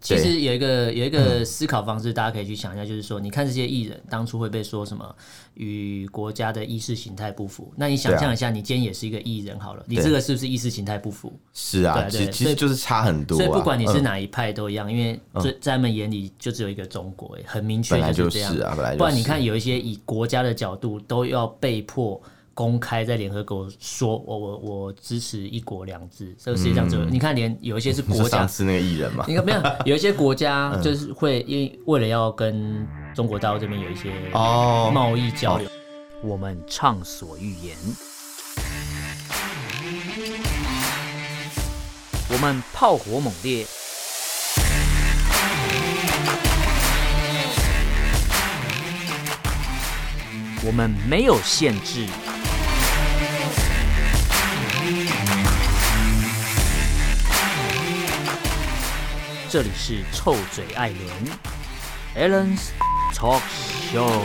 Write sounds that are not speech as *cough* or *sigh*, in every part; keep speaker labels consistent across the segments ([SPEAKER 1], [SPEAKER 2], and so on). [SPEAKER 1] 其实有一个有一
[SPEAKER 2] 嗯
[SPEAKER 1] 个思考方式，大家可以去想一下，就是说，你看这些艺人当初会被说什么与国家的意识形态不符，那你想象一下，你今天也是一个艺人好了，你这个是不是意识形态不符？
[SPEAKER 2] 是啊，
[SPEAKER 1] 对对
[SPEAKER 2] 其实其
[SPEAKER 1] 所
[SPEAKER 2] 实
[SPEAKER 1] 以
[SPEAKER 2] 就是差很多、啊。
[SPEAKER 1] 所以不管你是
[SPEAKER 2] 嗯、
[SPEAKER 1] 哪一派都一样，因为最在他们眼里就只有一个中国，哎很明确
[SPEAKER 2] 本来
[SPEAKER 1] 就是
[SPEAKER 2] 就
[SPEAKER 1] 这样
[SPEAKER 2] 是。啊，本来就是。
[SPEAKER 1] 不然你看，有一些以国家的角度都要被迫公开在联合国说，我我我支持一国两制，这个世界上只有、你看，连有一些是
[SPEAKER 2] 嗯你说
[SPEAKER 1] 国
[SPEAKER 2] 上
[SPEAKER 1] 家，
[SPEAKER 2] 次那个艺人嘛，
[SPEAKER 1] 你看没有，有一些国家就是会因为为了要跟中国大陆这边有一些
[SPEAKER 2] 哦
[SPEAKER 1] 贸易交流，我们畅所欲言。
[SPEAKER 3] 我们炮火猛烈，我们没有限制，这里是臭嘴艾伦 a l l e n s Talk Show。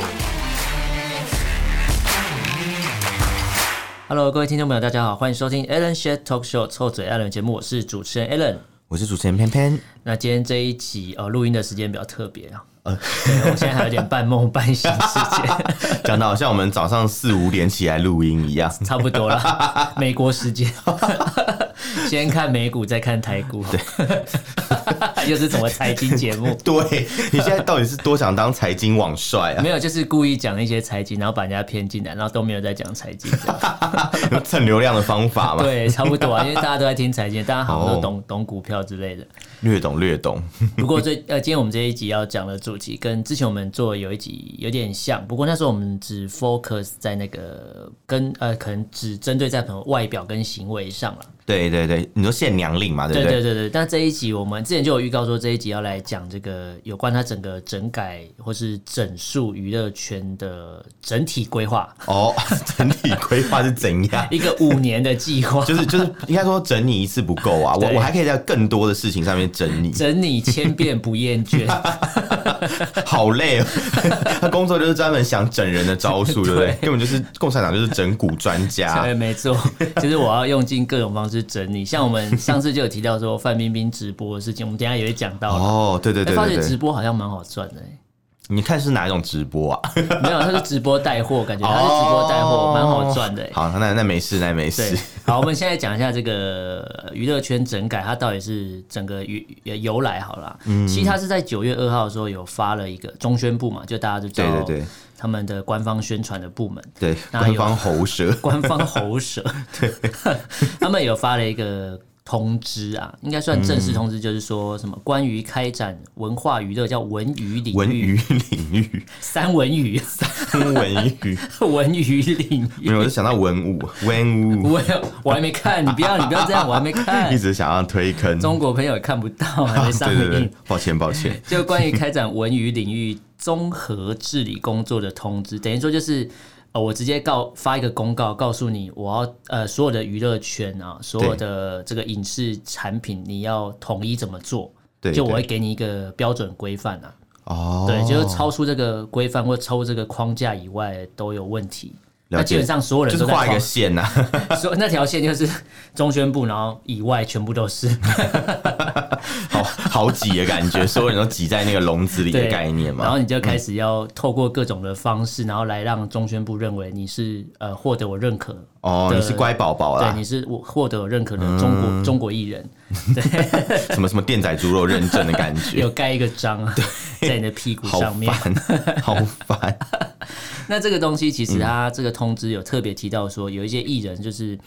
[SPEAKER 1] Hello，各位听众朋友，大家好，欢迎收听 Alan s h a t Talk Show 臭嘴 Alan 节目，我是主持人 Alan。
[SPEAKER 2] 我是主持人偏偏，
[SPEAKER 1] 那今天这一集呃，录音的时间比较特别啊。对我现在还有点半梦半醒之间，
[SPEAKER 2] 讲的好像我们早上四五点起来录音一样。
[SPEAKER 1] 差不多了，美国时间。先看美股，再看台股。对， *laughs* 又是什么财经节目？
[SPEAKER 2] 对你现在到底是多想当财经网帅啊？
[SPEAKER 1] 没有，就是故意讲一些财经，然后把人家骗进来，然后都没有在讲财经这样。
[SPEAKER 2] 有蹭流量的方法嘛？
[SPEAKER 1] 对，差不多啊，因为大家都在听财经，大家好像
[SPEAKER 2] 哦
[SPEAKER 1] 都懂、懂股票之类的。
[SPEAKER 2] 略懂略懂。
[SPEAKER 1] 不过
[SPEAKER 2] *laughs*
[SPEAKER 1] 最呃，今天我们这一集要讲的主题跟之前我们做有一集有点像，不过那时候我们只 focus 在那个跟呃，可能只针对在朋友外表跟行为上了。
[SPEAKER 2] 对对对，你说限娘令嘛，对不
[SPEAKER 1] 对
[SPEAKER 2] 对？
[SPEAKER 1] 对对对，但这一集我们之前就有预告说，这一集要来讲这个有关它整个整改或是整数娱乐圈的整体规划，
[SPEAKER 2] 哦， *laughs* 整体规划是怎样？
[SPEAKER 1] 一个五年的计划。
[SPEAKER 2] *laughs* 就是就是，应该说整你一次不够啊，我
[SPEAKER 1] 对
[SPEAKER 2] 我还可以在更多的事情上面整你，
[SPEAKER 1] 整你千遍不厌倦，
[SPEAKER 2] 好
[SPEAKER 1] *laughs*
[SPEAKER 2] 累哦。他工作就是专门想整人的招数，对不对？根本就是共产党就是整蛊专家
[SPEAKER 1] *laughs* 对，。没错，就是我要用尽各种方式整你。像我
[SPEAKER 2] *laughs*
[SPEAKER 1] 们上次就有提到说范冰冰直播的事情，我们等一下也会讲到。
[SPEAKER 2] 哦，对对
[SPEAKER 1] 哎
[SPEAKER 2] 对
[SPEAKER 1] 发觉
[SPEAKER 2] 对
[SPEAKER 1] 直
[SPEAKER 2] 对，
[SPEAKER 1] 播好像蛮好赚的、欸，
[SPEAKER 2] 你看是哪一种直播
[SPEAKER 1] *laughs*
[SPEAKER 2] 啊？
[SPEAKER 1] 没有，他是直播带货，感觉他是直播带货，蛮、好赚的、欸。
[SPEAKER 2] 哦好，那那没事，那没
[SPEAKER 1] 对
[SPEAKER 2] 事。，
[SPEAKER 1] 好，我们现在讲一下这个娱乐圈整改，它到底是整个由由来好了。嗯，其实它是在九月二号的时候有发了一个中宣部嘛，就大家就知
[SPEAKER 2] 对
[SPEAKER 1] 道
[SPEAKER 2] 对对
[SPEAKER 1] 他们的官方宣传的部门，
[SPEAKER 2] *laughs* 对，
[SPEAKER 1] 哪有啊
[SPEAKER 2] 官方
[SPEAKER 1] *laughs*
[SPEAKER 2] 喉舌。
[SPEAKER 1] 官方喉
[SPEAKER 2] *laughs*
[SPEAKER 1] 舌， *laughs* 他们有发了一个通知啊，应该算正式通知，就是说什么关于开展文化娱乐叫文娱领域，
[SPEAKER 2] 文娱领
[SPEAKER 1] *laughs*
[SPEAKER 2] 域，
[SPEAKER 1] 三文
[SPEAKER 2] *laughs*
[SPEAKER 1] 娱，
[SPEAKER 2] 文娱，
[SPEAKER 1] 文娱领域
[SPEAKER 2] 没。有，我就想到文武，文武，
[SPEAKER 1] 我我还没看，你不要你不要这样，我还没看
[SPEAKER 2] *laughs* 一。直想要推坑。啊
[SPEAKER 1] 中国朋友也看不到，还没上
[SPEAKER 2] *laughs* 对
[SPEAKER 1] 映。
[SPEAKER 2] 对对，抱歉
[SPEAKER 1] *laughs*
[SPEAKER 2] 抱歉。
[SPEAKER 1] 就关于开展文娱领域综合治理工作的通知，等于说就是。呃，我直接告发一个公告，告诉你我要呃所有的娱乐圈啊，所有的这个影视产品，你要统一怎么做？
[SPEAKER 2] 对
[SPEAKER 1] 就我
[SPEAKER 2] 对
[SPEAKER 1] 会给你一个标准规范啊。
[SPEAKER 2] 哦，
[SPEAKER 1] 对，就是超出这个规范或超出这个框架以外都有问题。
[SPEAKER 2] 了解
[SPEAKER 1] 那基本上所有人
[SPEAKER 2] 就
[SPEAKER 1] 都
[SPEAKER 2] 是
[SPEAKER 1] 在
[SPEAKER 2] 画一
[SPEAKER 1] 框
[SPEAKER 2] 个线呐、啊，
[SPEAKER 1] 所 *laughs* 那条线就是中宣部，然后以外全部都是。
[SPEAKER 2] *laughs* 好好挤的感觉，所有人都挤在那个笼子里的
[SPEAKER 1] 对
[SPEAKER 2] 概念
[SPEAKER 1] 然
[SPEAKER 2] 嘛
[SPEAKER 1] 后。你就开始要透过各种的方式，然后来让中宣部认为你是呃获得我认可，
[SPEAKER 2] 哦，
[SPEAKER 1] 对
[SPEAKER 2] 你是乖宝宝
[SPEAKER 1] 对，
[SPEAKER 2] 啦
[SPEAKER 1] 你，是我获得我认可的中
[SPEAKER 2] 嗯
[SPEAKER 1] 国、中国艺人，
[SPEAKER 2] 什么什么电仔猪肉认证的感
[SPEAKER 1] 有
[SPEAKER 2] 觉，
[SPEAKER 1] 盖一个章啊， *laughs* 在你的屁股
[SPEAKER 2] *laughs* 好
[SPEAKER 1] 上面。
[SPEAKER 2] 烦，好
[SPEAKER 1] *laughs*
[SPEAKER 2] 烦。
[SPEAKER 1] 那这个东西其实它
[SPEAKER 2] 嗯
[SPEAKER 1] 这个通知有特别提到说，有一些艺人就是。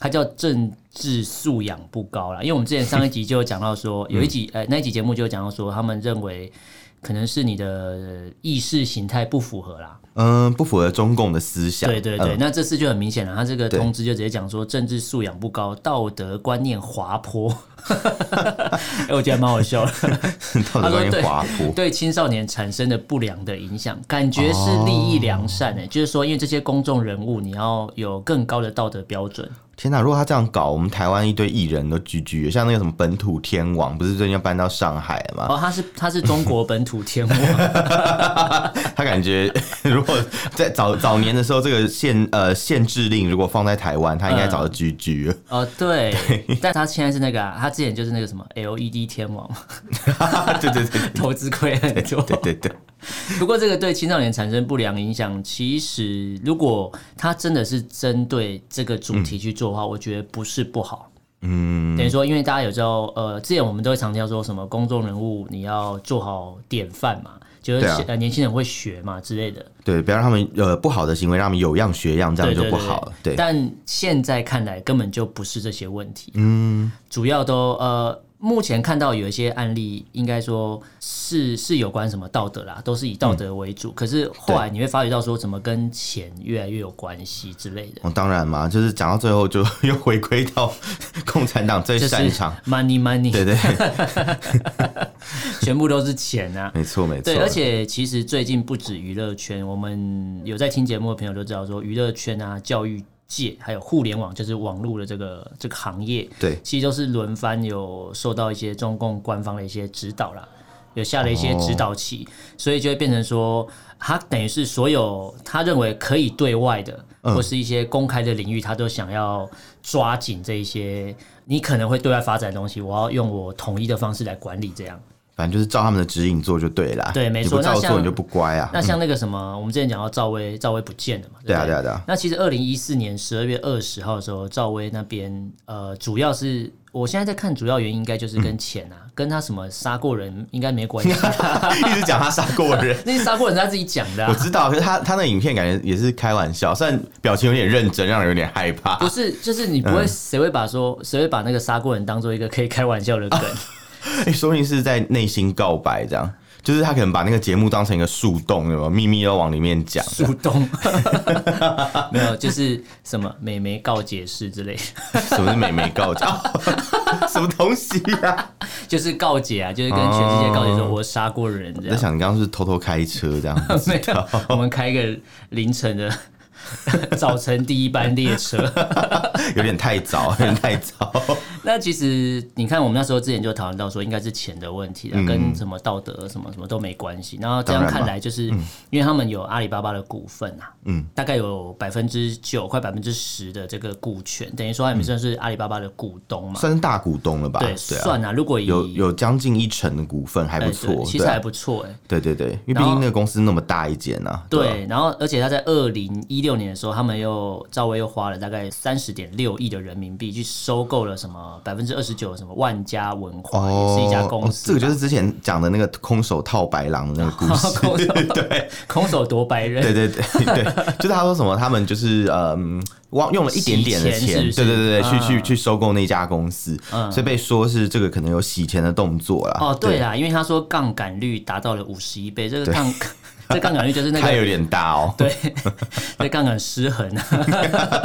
[SPEAKER 1] 他叫政治素养不高啦，因为我们之前上一集就有讲到
[SPEAKER 2] *laughs*
[SPEAKER 1] 说，有一集
[SPEAKER 2] 嗯
[SPEAKER 1] 呃那一集节目就有讲到说，他们认为可能是你的呃意识形态不符合啦，
[SPEAKER 2] 嗯，不符合中共的思想。
[SPEAKER 1] 对对
[SPEAKER 2] *laughs*
[SPEAKER 1] 对，
[SPEAKER 2] 嗯
[SPEAKER 1] 那这次就很明显了，他这个
[SPEAKER 2] 对
[SPEAKER 1] 通知就直接讲说政治素养不高，道德观念滑坡。 *laughs* 哎、我觉得蛮好
[SPEAKER 2] *laughs*
[SPEAKER 1] 笑的。
[SPEAKER 2] 到底关
[SPEAKER 1] 对
[SPEAKER 2] 于华府，
[SPEAKER 1] 对 *laughs* 青少年产生的不良的影响，感觉
[SPEAKER 2] 哦
[SPEAKER 1] 是利益良善哎、就是说因为这些公众人物，你要有更高的道德标准，
[SPEAKER 2] 天哪！如果他这样搞，我们台湾一堆艺人都居居，像那个什么本土天王，不是最近要搬到上海了吗？
[SPEAKER 1] 哦，他是他是中国本土天王，
[SPEAKER 2] *laughs* 他感觉 *laughs* 如果在早早年的时候，这个限呃限制令如果放在台湾，他应该早就居居了。
[SPEAKER 1] 哦，对，但他现在是那个、啊，他之前就是那个什么 LED 天王，
[SPEAKER 2] *laughs* 对对对
[SPEAKER 1] *laughs* 投资亏很多。
[SPEAKER 2] 对对对，
[SPEAKER 1] 不过这个对青少年产生不良影响，其实如果他真的是针对这个主题去做的话，我觉得不是不好。
[SPEAKER 2] 嗯，
[SPEAKER 1] 等于说，因为大家有时候，呃，之前我们都会常听说什么公众人物你要做好典范嘛，就是、
[SPEAKER 2] 对啊
[SPEAKER 1] 呃年轻人会学嘛之类的，
[SPEAKER 2] 对，不要让他们呃不好的行为，让他们有样学样，这样
[SPEAKER 1] 对
[SPEAKER 2] 就
[SPEAKER 1] 对
[SPEAKER 2] 不
[SPEAKER 1] 对
[SPEAKER 2] 好了。对，
[SPEAKER 1] 但现在看来根本就不是这些问题，嗯，主要都呃，目前看到有一些案例，应该说是是有关什么道德啦，都是以道德为
[SPEAKER 2] 嗯
[SPEAKER 1] 主，可是后来你会发觉到说怎么跟钱越来越有关系之类的。
[SPEAKER 2] 哦，当然嘛，就是讲到最后就 *laughs* 又回归到共产党最
[SPEAKER 1] 就是
[SPEAKER 2] 擅长，
[SPEAKER 1] money money，
[SPEAKER 2] 对对，
[SPEAKER 1] *laughs* 全部都是钱啊！
[SPEAKER 2] 没错没错。
[SPEAKER 1] 对，而且其实最近不止娱乐圈，我们有在听节目的朋友都知道，说娱乐圈啊、教育界，还有互联网，就是网络的这个这个行业，
[SPEAKER 2] 对
[SPEAKER 1] 其实都是轮番有受到一些中共官方的一些指导啦，有下了一些指
[SPEAKER 2] 哦
[SPEAKER 1] 导棋，所以就会变成说，他等于是所有他认为可以对外的，
[SPEAKER 2] 嗯
[SPEAKER 1] 或是一些公开的领域，他都想要抓紧这一些。你可能会对外发展的东西，我要用我统一的方式来管理，这样。
[SPEAKER 2] 反正就是照他们的指引做就对啦。
[SPEAKER 1] 对没
[SPEAKER 2] 你
[SPEAKER 1] 错
[SPEAKER 2] 不
[SPEAKER 1] 那
[SPEAKER 2] 照做
[SPEAKER 1] 像
[SPEAKER 2] 你就不乖啊。
[SPEAKER 1] 那像那个什么，我们之前讲到赵薇，赵薇不见了嘛？
[SPEAKER 2] 对啊
[SPEAKER 1] 不
[SPEAKER 2] 对啊对啊。
[SPEAKER 1] 那其实二零一四年十二月二十号的时候，赵薇那边呃，主要是我现在在看，主要原因应该就是跟钱啊，跟他什么杀过人应该没关系，啊
[SPEAKER 2] *laughs* 一直讲他杀过人，
[SPEAKER 1] 那些杀过人是他自己讲的、*laughs*
[SPEAKER 2] 我 *laughs*
[SPEAKER 1] 啊。
[SPEAKER 2] 知道，可是他他那影片感觉也是开玩笑，虽然表情有点认真，让人有点害怕
[SPEAKER 1] 不。是，就是你不
[SPEAKER 2] 嗯
[SPEAKER 1] 会，谁会把说，谁会把那个杀过人当做一个可以开玩笑的梗？
[SPEAKER 2] 哎、说不定是在内心告白这样。就是他可能把那个节目当成一个树洞，有没有秘密要往里面讲？
[SPEAKER 1] 树洞 *laughs* 没有，就是什么美眉告解释之类的， *laughs*
[SPEAKER 2] 什么是美眉告假？ *laughs* 什么东西
[SPEAKER 1] 啊
[SPEAKER 2] 啊呀、
[SPEAKER 1] 就是告解啊，就是跟全世界告解
[SPEAKER 2] 哦
[SPEAKER 1] 说，我杀过人这
[SPEAKER 2] 我
[SPEAKER 1] 样
[SPEAKER 2] 在。想，你刚刚是不是偷偷开车这样？
[SPEAKER 1] *laughs* 没有，我们开一个凌晨的 *laughs* 早晨第一班列车。 *laughs*
[SPEAKER 2] 有点太早，有点太早。
[SPEAKER 1] 那其实你看，我们那时候之前就讨论到说，应该是钱的问题了，啊
[SPEAKER 2] 嗯
[SPEAKER 1] 跟什么道德什么什么都没关系。然后这样
[SPEAKER 2] 当然嘛嗯
[SPEAKER 1] 看来，就是因为他们有阿里巴巴的股份啊，嗯，大概有百分之九快百分之十的这个股权，等于说他们算是阿里巴巴的股东嘛。
[SPEAKER 2] 嗯算是大股东了吧？
[SPEAKER 1] 对，
[SPEAKER 2] 啊，
[SPEAKER 1] 算啊，如果以
[SPEAKER 2] 有有将近一成的股份，还
[SPEAKER 1] 哎
[SPEAKER 2] 不
[SPEAKER 1] 对
[SPEAKER 2] 错。
[SPEAKER 1] 其
[SPEAKER 2] 对
[SPEAKER 1] 实
[SPEAKER 2] 啊
[SPEAKER 1] 还不错哎、
[SPEAKER 2] 对对对，因为毕
[SPEAKER 1] 然后
[SPEAKER 2] 竟那个公司那么大一间啊。啊，
[SPEAKER 1] 对，然后而且他在二零一六年的时候，他们又赵薇又花了大概三十点六亿的人民币去收购了什么百分之二十九什么万家文化，也是一家公司吧、
[SPEAKER 2] 哦这个就是之前讲的那个空手套白狼的那个故事。
[SPEAKER 1] *laughs* 空手
[SPEAKER 2] *laughs*
[SPEAKER 1] 对空手夺白刃，
[SPEAKER 2] 对对对对， *laughs* 就是他说什么，他们就是嗯，忘用了一点点的
[SPEAKER 1] 洗钱是不是
[SPEAKER 2] 对对对对，去
[SPEAKER 1] 啊
[SPEAKER 2] 去去收购那家公司，所以被说是这个可能有洗钱的动作啦。
[SPEAKER 1] 哦对啦，因为他说杠杆率达到了五十一倍，这个杠 *laughs* 这杠杆率就是那
[SPEAKER 2] *laughs* 开有
[SPEAKER 1] 个。
[SPEAKER 2] 点大
[SPEAKER 1] *laughs*
[SPEAKER 2] 哦，*laughs*
[SPEAKER 1] 对，对杠杆失衡啊！ *laughs*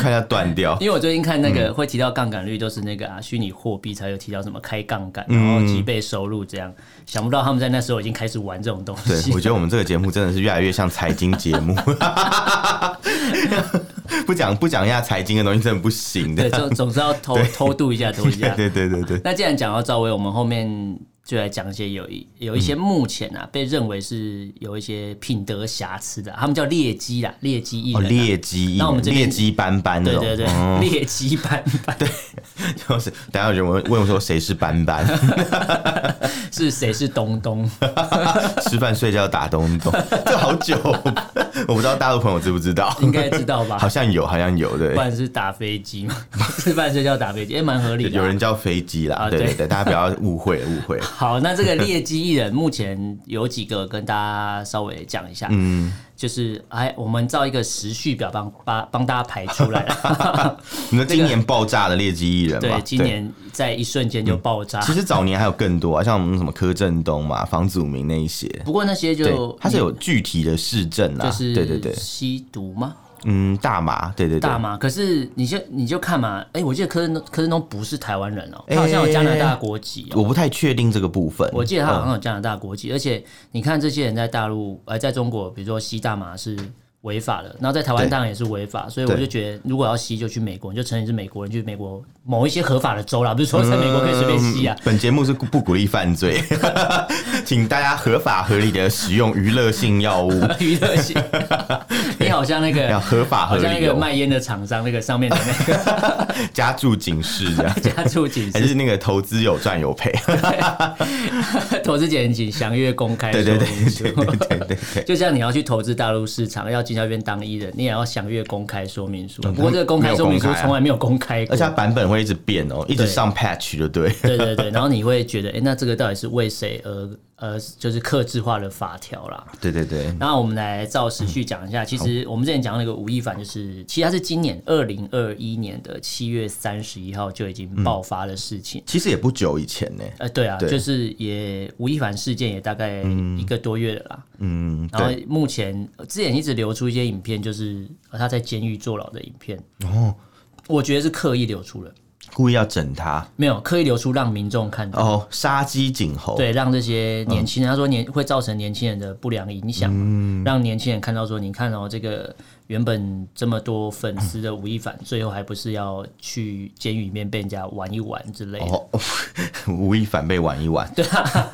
[SPEAKER 2] 快要断掉。
[SPEAKER 1] 因为我最近看那
[SPEAKER 2] 嗯
[SPEAKER 1] 个会提到杠杆率，都是那个啊虚拟货币才有提到什么开杠杆，
[SPEAKER 2] 嗯
[SPEAKER 1] 然后几倍收入这样。想不到他们在那时候已经开始玩这种东
[SPEAKER 2] 对，
[SPEAKER 1] 西 *laughs*
[SPEAKER 2] 我。觉得我们这个节目真的是越来越像财经节目， *laughs* 不讲不讲一下财经的东西真的不行的 *laughs*
[SPEAKER 1] 对，。总总是要偷偷渡一下，偷一
[SPEAKER 2] 对
[SPEAKER 1] 下。
[SPEAKER 2] *laughs* 对对对对，
[SPEAKER 1] 那既然讲到赵薇，我们后面就来讲一些有一有一
[SPEAKER 2] 嗯
[SPEAKER 1] 些目前啊、被认为是有一些品德瑕疵的，啊他们叫劣迹啦，劣迹艺
[SPEAKER 2] 哦，
[SPEAKER 1] 人、啊。
[SPEAKER 2] 劣迹艺
[SPEAKER 1] 那我
[SPEAKER 2] 人，
[SPEAKER 1] 们这边
[SPEAKER 2] 劣迹斑斑那
[SPEAKER 1] 对
[SPEAKER 2] 种。
[SPEAKER 1] 对对，*laughs*
[SPEAKER 2] 嗯
[SPEAKER 1] 劣迹斑斑
[SPEAKER 2] *laughs* 就是等一下有人问问我说谁是斑斑，
[SPEAKER 1] *laughs* 是谁？是东东，
[SPEAKER 2] 吃饭睡觉打东东，这好久， *laughs* 我不知道大陆朋友知不知道，
[SPEAKER 1] 应该知道
[SPEAKER 2] 好
[SPEAKER 1] 吧？
[SPEAKER 2] 像有，好像有，对
[SPEAKER 1] 不。然是打飞机嘛， *laughs* 吃饭睡觉打飞机，也、蛮合理的啊、
[SPEAKER 2] 有人叫飞机啦，
[SPEAKER 1] 啊
[SPEAKER 2] 对对
[SPEAKER 1] 对
[SPEAKER 2] 对，大家不要误会误
[SPEAKER 1] *laughs*
[SPEAKER 2] 会。
[SPEAKER 1] 好，那这个劣迹艺
[SPEAKER 2] *laughs*
[SPEAKER 1] 人目前有几个跟大家稍微讲一下，嗯，就是哎，我们照一个时序表帮帮帮大家排出来
[SPEAKER 2] *laughs*
[SPEAKER 1] 了。
[SPEAKER 2] 你说今年爆炸的劣迹艺人嘛嗯
[SPEAKER 1] 对，，今年在一瞬间就爆炸。
[SPEAKER 2] *laughs* 对。其实早年还有更多啊，像我们什么柯震东嘛、房祖名那一些，
[SPEAKER 1] 不过那些
[SPEAKER 2] 对
[SPEAKER 1] 就，
[SPEAKER 2] 他是有具体的市政
[SPEAKER 1] 就
[SPEAKER 2] 啊，
[SPEAKER 1] 是
[SPEAKER 2] 对对对，
[SPEAKER 1] 吸毒吗？
[SPEAKER 2] 嗯，大麻，对对对
[SPEAKER 1] 大，麻。可是你就你就看嘛，哎，我记得柯震东柯震东不是台湾人哦，他好像有加拿大国籍哦。
[SPEAKER 2] 我不嗯太确定这个部分。
[SPEAKER 1] 我记得他好像有加拿大国籍，而且你看这些人在大陆，呃，在中国，比如说吸大麻是违法了，然后在台湾
[SPEAKER 2] 对
[SPEAKER 1] 当然也是违法，所以我
[SPEAKER 2] 对
[SPEAKER 1] 就觉得，如果要吸就去美国，你就承认是美国人，去美国某一些合法的州啦，不是说在美国可以随便吸啊
[SPEAKER 2] 嗯。本节目是不鼓励犯罪， *laughs* 请大家合法合理的使用娱乐性
[SPEAKER 1] *laughs*
[SPEAKER 2] 药物，
[SPEAKER 1] 娱乐性，你好像那
[SPEAKER 2] 要 *laughs*
[SPEAKER 1] 个，
[SPEAKER 2] 合法合
[SPEAKER 1] 好像那
[SPEAKER 2] 理
[SPEAKER 1] 个
[SPEAKER 2] 哦。
[SPEAKER 1] 卖烟的厂商，那个上面的那个，
[SPEAKER 2] 加注警示这样
[SPEAKER 1] *laughs* 加注警
[SPEAKER 2] 还
[SPEAKER 1] 示，
[SPEAKER 2] 是那个投资有赚
[SPEAKER 1] *laughs*
[SPEAKER 2] 有赔？
[SPEAKER 1] 投资前请详阅公开
[SPEAKER 2] 对
[SPEAKER 1] 说
[SPEAKER 2] 对对
[SPEAKER 1] 明
[SPEAKER 2] 对对
[SPEAKER 1] 书。
[SPEAKER 2] 对对
[SPEAKER 1] *laughs*
[SPEAKER 2] 对。
[SPEAKER 1] 就像你要去投资大陆市场，要进到那边当艺人，你也要详阅公开说明书。
[SPEAKER 2] 嗯
[SPEAKER 1] 不过这个公开说明书从来没有公开过
[SPEAKER 2] 而且它，版本会一直变哦，一直
[SPEAKER 1] 对
[SPEAKER 2] 上 patch 就对。
[SPEAKER 1] *laughs* 对对对。然后你会觉得，哎，那这个到底是为谁而呃，就是克制化的法条啦？
[SPEAKER 2] 对对对，
[SPEAKER 1] 那我们来照时序讲一
[SPEAKER 2] 嗯
[SPEAKER 1] 下。其实我们之前讲那个吴亦凡，就是其实他是今年二零二一年的七月三十一号就已经
[SPEAKER 2] 嗯
[SPEAKER 1] 爆发的事情。
[SPEAKER 2] 其实也不久以前呢。
[SPEAKER 1] 呃，对啊，
[SPEAKER 2] 对
[SPEAKER 1] 就是也吴亦凡事件也大概一个多月了啦。
[SPEAKER 2] 嗯，
[SPEAKER 1] 然后
[SPEAKER 2] 对。
[SPEAKER 1] 目前呃之前一直流出一些影片，就是呃他在监狱坐牢的影片。哦，我觉得是刻意流出了，
[SPEAKER 2] 故意要整他
[SPEAKER 1] 没有刻意流出让民众看到。
[SPEAKER 2] 哦，嗯杀鸡儆猴。，
[SPEAKER 1] 对，让这些年轻人，他说年会造成年轻人的不良影响嘛，
[SPEAKER 2] 嗯
[SPEAKER 1] 让年轻人看到说，你看哦，这个原本这么多粉丝的吴亦凡，最后还不是要去监狱里面被人家玩一玩之类的，
[SPEAKER 2] 哦， *laughs* 吴亦凡被玩一玩，对啊，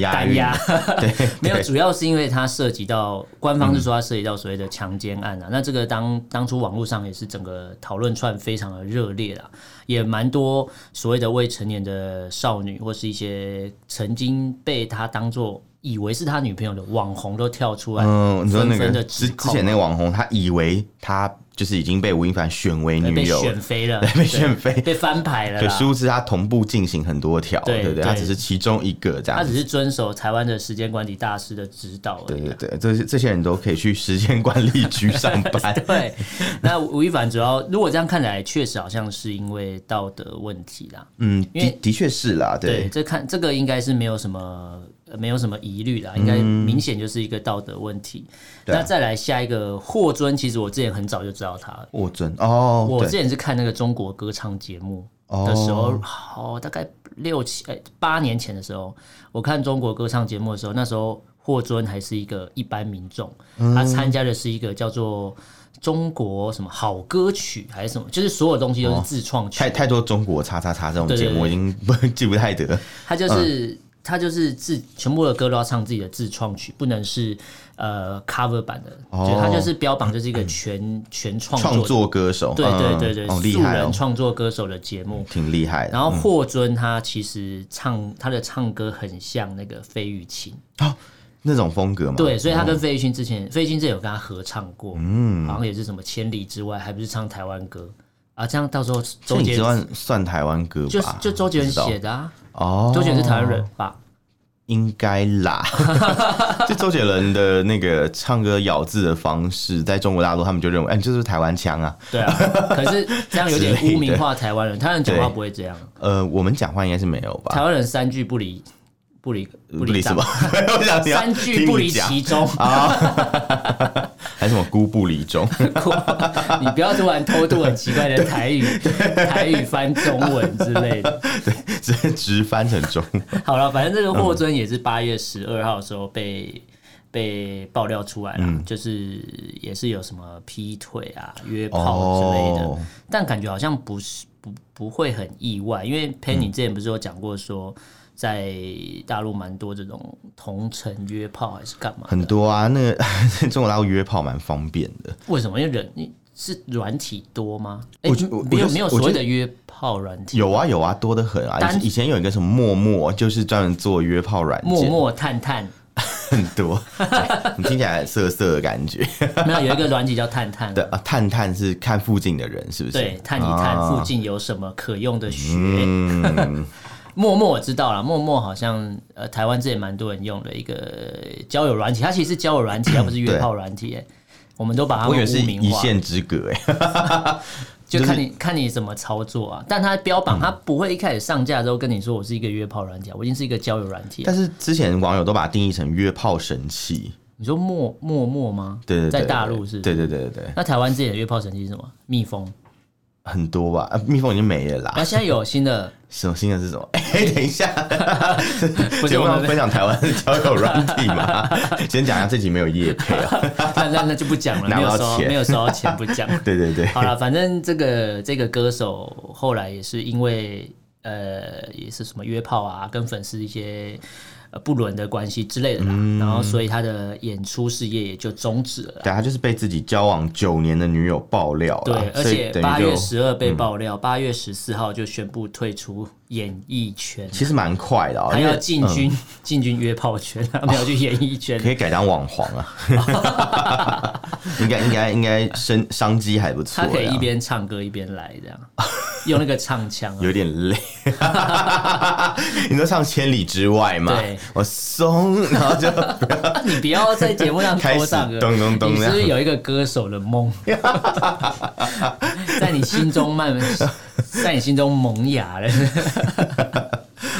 [SPEAKER 2] 押
[SPEAKER 1] *laughs* 单
[SPEAKER 2] 韵。
[SPEAKER 1] 压。
[SPEAKER 2] 对，
[SPEAKER 1] *laughs* 没有，
[SPEAKER 2] 对
[SPEAKER 1] 主要是因为它涉及到官方是说它涉及到所谓的强奸案
[SPEAKER 2] 嗯
[SPEAKER 1] 啊。那这个当当初网络上也是整个讨论串非常的热烈啦，也蛮多所谓的未成年的少女或是一些曾经被他当做以为是他女朋友的网红都跳出来，
[SPEAKER 2] 嗯，你说
[SPEAKER 1] 纷
[SPEAKER 2] 那
[SPEAKER 1] 纷
[SPEAKER 2] 个
[SPEAKER 1] 的
[SPEAKER 2] 之
[SPEAKER 1] 指
[SPEAKER 2] 之
[SPEAKER 1] 控啊
[SPEAKER 2] 前那个网红，他以为他就是已经被吴亦凡选为
[SPEAKER 1] 对
[SPEAKER 2] 女
[SPEAKER 1] 被
[SPEAKER 2] 友，
[SPEAKER 1] 选飞了，
[SPEAKER 2] *laughs* 被选飞
[SPEAKER 1] 对被翻牌了
[SPEAKER 2] 对，
[SPEAKER 1] 啦
[SPEAKER 2] 殊。不知他同步进行很多条，
[SPEAKER 1] 对
[SPEAKER 2] 对不对？
[SPEAKER 1] 对
[SPEAKER 2] 他只是其中一个这
[SPEAKER 1] 他
[SPEAKER 2] 样
[SPEAKER 1] 只
[SPEAKER 2] 子。
[SPEAKER 1] 是遵守台湾的时间管理大师的指导而
[SPEAKER 2] 对
[SPEAKER 1] 已
[SPEAKER 2] 对
[SPEAKER 1] 啊。
[SPEAKER 2] 对，这些这些人都可以去时间管理局上班。
[SPEAKER 1] *laughs* 对，那吴亦凡主要如果这样看起来，确实好像是因为道德问题啦。
[SPEAKER 2] 嗯，
[SPEAKER 1] 因为
[SPEAKER 2] 的的确是啦，
[SPEAKER 1] 对，
[SPEAKER 2] 对
[SPEAKER 1] 这看这个应该是没有什么呃没有什么疑虑啦，应该明显就是一个道德问题。
[SPEAKER 2] 嗯对啊
[SPEAKER 1] 那再来下一个霍尊，其实我之前很早就知道他了。
[SPEAKER 2] 握准哦，
[SPEAKER 1] 我之
[SPEAKER 2] 对哦
[SPEAKER 1] 前是看那个中国歌唱节目的时候，好、大概六七哎八年前的时候，我看中国歌唱节目的时候，那时候霍尊还是一个一般民众，他参加的是一个叫做中国什么好歌曲还是什么，就是所有东西都是自创曲，
[SPEAKER 2] 太太多中国叉叉叉这种
[SPEAKER 1] 对对
[SPEAKER 2] 节目，我已经 *laughs* 不记不太得。
[SPEAKER 1] 他嗯就是、他就是自全部的歌都要唱自己的自创曲，不能是呃 cover 版的，
[SPEAKER 2] 哦
[SPEAKER 1] 就他就是标榜就是一个全、全哦创
[SPEAKER 2] 创
[SPEAKER 1] 作的，
[SPEAKER 2] 作歌手，
[SPEAKER 1] 对
[SPEAKER 2] 嗯
[SPEAKER 1] 对对对，
[SPEAKER 2] 哦，厉
[SPEAKER 1] 素
[SPEAKER 2] 害
[SPEAKER 1] 人
[SPEAKER 2] 哦，
[SPEAKER 1] 创作歌手的节目。
[SPEAKER 2] 挺厉害的。
[SPEAKER 1] 然后霍尊他其实唱他的唱歌很像那个费玉清，
[SPEAKER 2] 那种风格嘛，
[SPEAKER 1] 对，所以他跟费玉清之
[SPEAKER 2] 哦
[SPEAKER 1] 前，费玉清之前有跟他合唱过，嗯，好像也是什么千里之外，还不是唱台湾歌啊？这样到时候周
[SPEAKER 2] 这你
[SPEAKER 1] 杰
[SPEAKER 2] 知道算台湾歌
[SPEAKER 1] 就
[SPEAKER 2] 吧？
[SPEAKER 1] 就周杰伦
[SPEAKER 2] 不知道
[SPEAKER 1] 写的啊，
[SPEAKER 2] 哦，
[SPEAKER 1] 周杰伦是台湾人吧？
[SPEAKER 2] 应该
[SPEAKER 1] *laughs*
[SPEAKER 2] 啦，就周杰伦的那个唱歌咬字的方式，在中国大陆他们就认为，哎、你这是台湾腔啊。
[SPEAKER 1] 对啊，可是这样有点
[SPEAKER 2] *laughs* 之类的
[SPEAKER 1] 污名化台湾人，台湾人讲话
[SPEAKER 2] 对
[SPEAKER 1] 不会这样，
[SPEAKER 2] 呃，我们讲话应该是没有
[SPEAKER 1] 台
[SPEAKER 2] 吧？
[SPEAKER 1] 湾人三句不离不离不
[SPEAKER 2] 离
[SPEAKER 1] 离
[SPEAKER 2] 什
[SPEAKER 1] 丈
[SPEAKER 2] 么？ *laughs* 我想你要
[SPEAKER 1] 三句不离
[SPEAKER 2] 听你
[SPEAKER 1] 其中， *laughs*
[SPEAKER 2] 讲， *laughs* 还是什么孤不离中？ *laughs*
[SPEAKER 1] 你不要突然偷渡很奇怪的台
[SPEAKER 2] *laughs*
[SPEAKER 1] 语，台语翻中文之类的。
[SPEAKER 2] 直接直翻成中。
[SPEAKER 1] *laughs* 好了，反正这
[SPEAKER 2] 嗯
[SPEAKER 1] 个霍尊也是八月十二号的时候被。被爆料出来了，
[SPEAKER 2] 嗯
[SPEAKER 1] 就是也是有什么劈腿啊、约炮之类的，
[SPEAKER 2] 哦
[SPEAKER 1] 但感觉好像不是不不会很意外，因为
[SPEAKER 2] 嗯
[SPEAKER 1] Penny 之前不是有讲过说，在大陆蛮多这种同城约炮还是干嘛的？
[SPEAKER 2] 很多啊，那个 *laughs* 中国大陆约炮蛮方便的。
[SPEAKER 1] 为什么？因为人你是软体多吗？哎、
[SPEAKER 2] 我觉我
[SPEAKER 1] 没
[SPEAKER 2] 我就
[SPEAKER 1] 有
[SPEAKER 2] 是
[SPEAKER 1] 没有
[SPEAKER 2] 我
[SPEAKER 1] 所谓
[SPEAKER 2] 觉得
[SPEAKER 1] 的约炮软体，
[SPEAKER 2] 有啊有啊，多得很啊！
[SPEAKER 1] 单
[SPEAKER 2] 以前有一个什么陌陌，就是专门做约炮软件，
[SPEAKER 1] 默默探探，
[SPEAKER 2] *laughs* 很多， *laughs* 你听起来涩涩的感觉。 *laughs*
[SPEAKER 1] 没有有一个软体叫探探，
[SPEAKER 2] 对啊，探探是看附近的人，是不是？
[SPEAKER 1] 对，探一探
[SPEAKER 2] 啊嗯
[SPEAKER 1] 附近有什么可用的学。 *laughs* 陌陌我知道了，陌陌好像呃台湾这也蛮多人用的一个交友软体，它其实是交友软体，它不是约炮软体、哎我们都把它
[SPEAKER 2] 我
[SPEAKER 1] 们
[SPEAKER 2] 以为是
[SPEAKER 1] 污
[SPEAKER 2] 一
[SPEAKER 1] 名化，
[SPEAKER 2] 线之隔哎、 *laughs*
[SPEAKER 1] 就
[SPEAKER 2] 就是
[SPEAKER 1] 看你看你怎么操作啊。但它标榜，它不会一开始上架之后跟你说我是一个约炮软体啊，我已经是一个交友软体了。
[SPEAKER 2] 但是之前网友都把它定义成约炮神器，
[SPEAKER 1] 你说陌陌陌吗？
[SPEAKER 2] 对对对，
[SPEAKER 1] 在大陆是不是
[SPEAKER 2] 对对对对对，
[SPEAKER 1] 那台湾之前的约炮神器是什么？蜜蜂。
[SPEAKER 2] 很多吧，啊蜜蜂已经没了
[SPEAKER 1] 那
[SPEAKER 2] 啦。
[SPEAKER 1] 现在有新的， *laughs*
[SPEAKER 2] 什么新的是什么？ *laughs* 哎、等一下，
[SPEAKER 1] 不
[SPEAKER 2] *laughs* 节
[SPEAKER 1] 是
[SPEAKER 2] 目
[SPEAKER 1] 我
[SPEAKER 2] 要
[SPEAKER 1] 们
[SPEAKER 2] 分享台湾的交友软体
[SPEAKER 1] *laughs*
[SPEAKER 2] 嘛？先讲一下这集没有业配啊。
[SPEAKER 1] 那那那就不讲了，
[SPEAKER 2] 拿
[SPEAKER 1] 没
[SPEAKER 2] 不到
[SPEAKER 1] 有收
[SPEAKER 2] 钱
[SPEAKER 1] 没有收到钱不讲。
[SPEAKER 2] 对对对，
[SPEAKER 1] 好了，反正这个这个歌手后来也是因为呃也是什么约炮啊，跟粉丝一些。呃不伦的关系之类的啦，
[SPEAKER 2] 嗯
[SPEAKER 1] 然后所以他的演出事业也就终止了啦。
[SPEAKER 2] 对，他就是被自己交往九年的女友爆料了，
[SPEAKER 1] 对，而
[SPEAKER 2] 所以
[SPEAKER 1] 且
[SPEAKER 2] 等
[SPEAKER 1] 八
[SPEAKER 2] 于
[SPEAKER 1] 月
[SPEAKER 2] 就嗯
[SPEAKER 1] 十二被爆料，八、月十四号就宣布退出演艺圈，
[SPEAKER 2] 其实蛮快的啊、
[SPEAKER 1] 还
[SPEAKER 2] 因
[SPEAKER 1] 要
[SPEAKER 2] 为
[SPEAKER 1] 进军、进军约炮圈，他们要去演艺圈。
[SPEAKER 2] *laughs* 可以改当网红啊，
[SPEAKER 1] *laughs*
[SPEAKER 2] 应该应该应该生商机还不错
[SPEAKER 1] 他
[SPEAKER 2] 呀，
[SPEAKER 1] 可以一边唱歌一边来，这样用那个唱腔、啊。
[SPEAKER 2] 有点
[SPEAKER 1] *laughs*
[SPEAKER 2] 累。 *laughs* 你说唱《千里之外》嘛
[SPEAKER 1] 对，
[SPEAKER 2] 我松，然后就
[SPEAKER 1] 你不要在节目上
[SPEAKER 2] 开
[SPEAKER 1] 偷
[SPEAKER 2] 始
[SPEAKER 1] 唱歌，
[SPEAKER 2] 咚咚咚
[SPEAKER 1] 你是不
[SPEAKER 2] 这
[SPEAKER 1] 是
[SPEAKER 2] 样
[SPEAKER 1] 有一个歌手的梦， *laughs* 在你心中慢慢，在你心中萌芽了？ *laughs*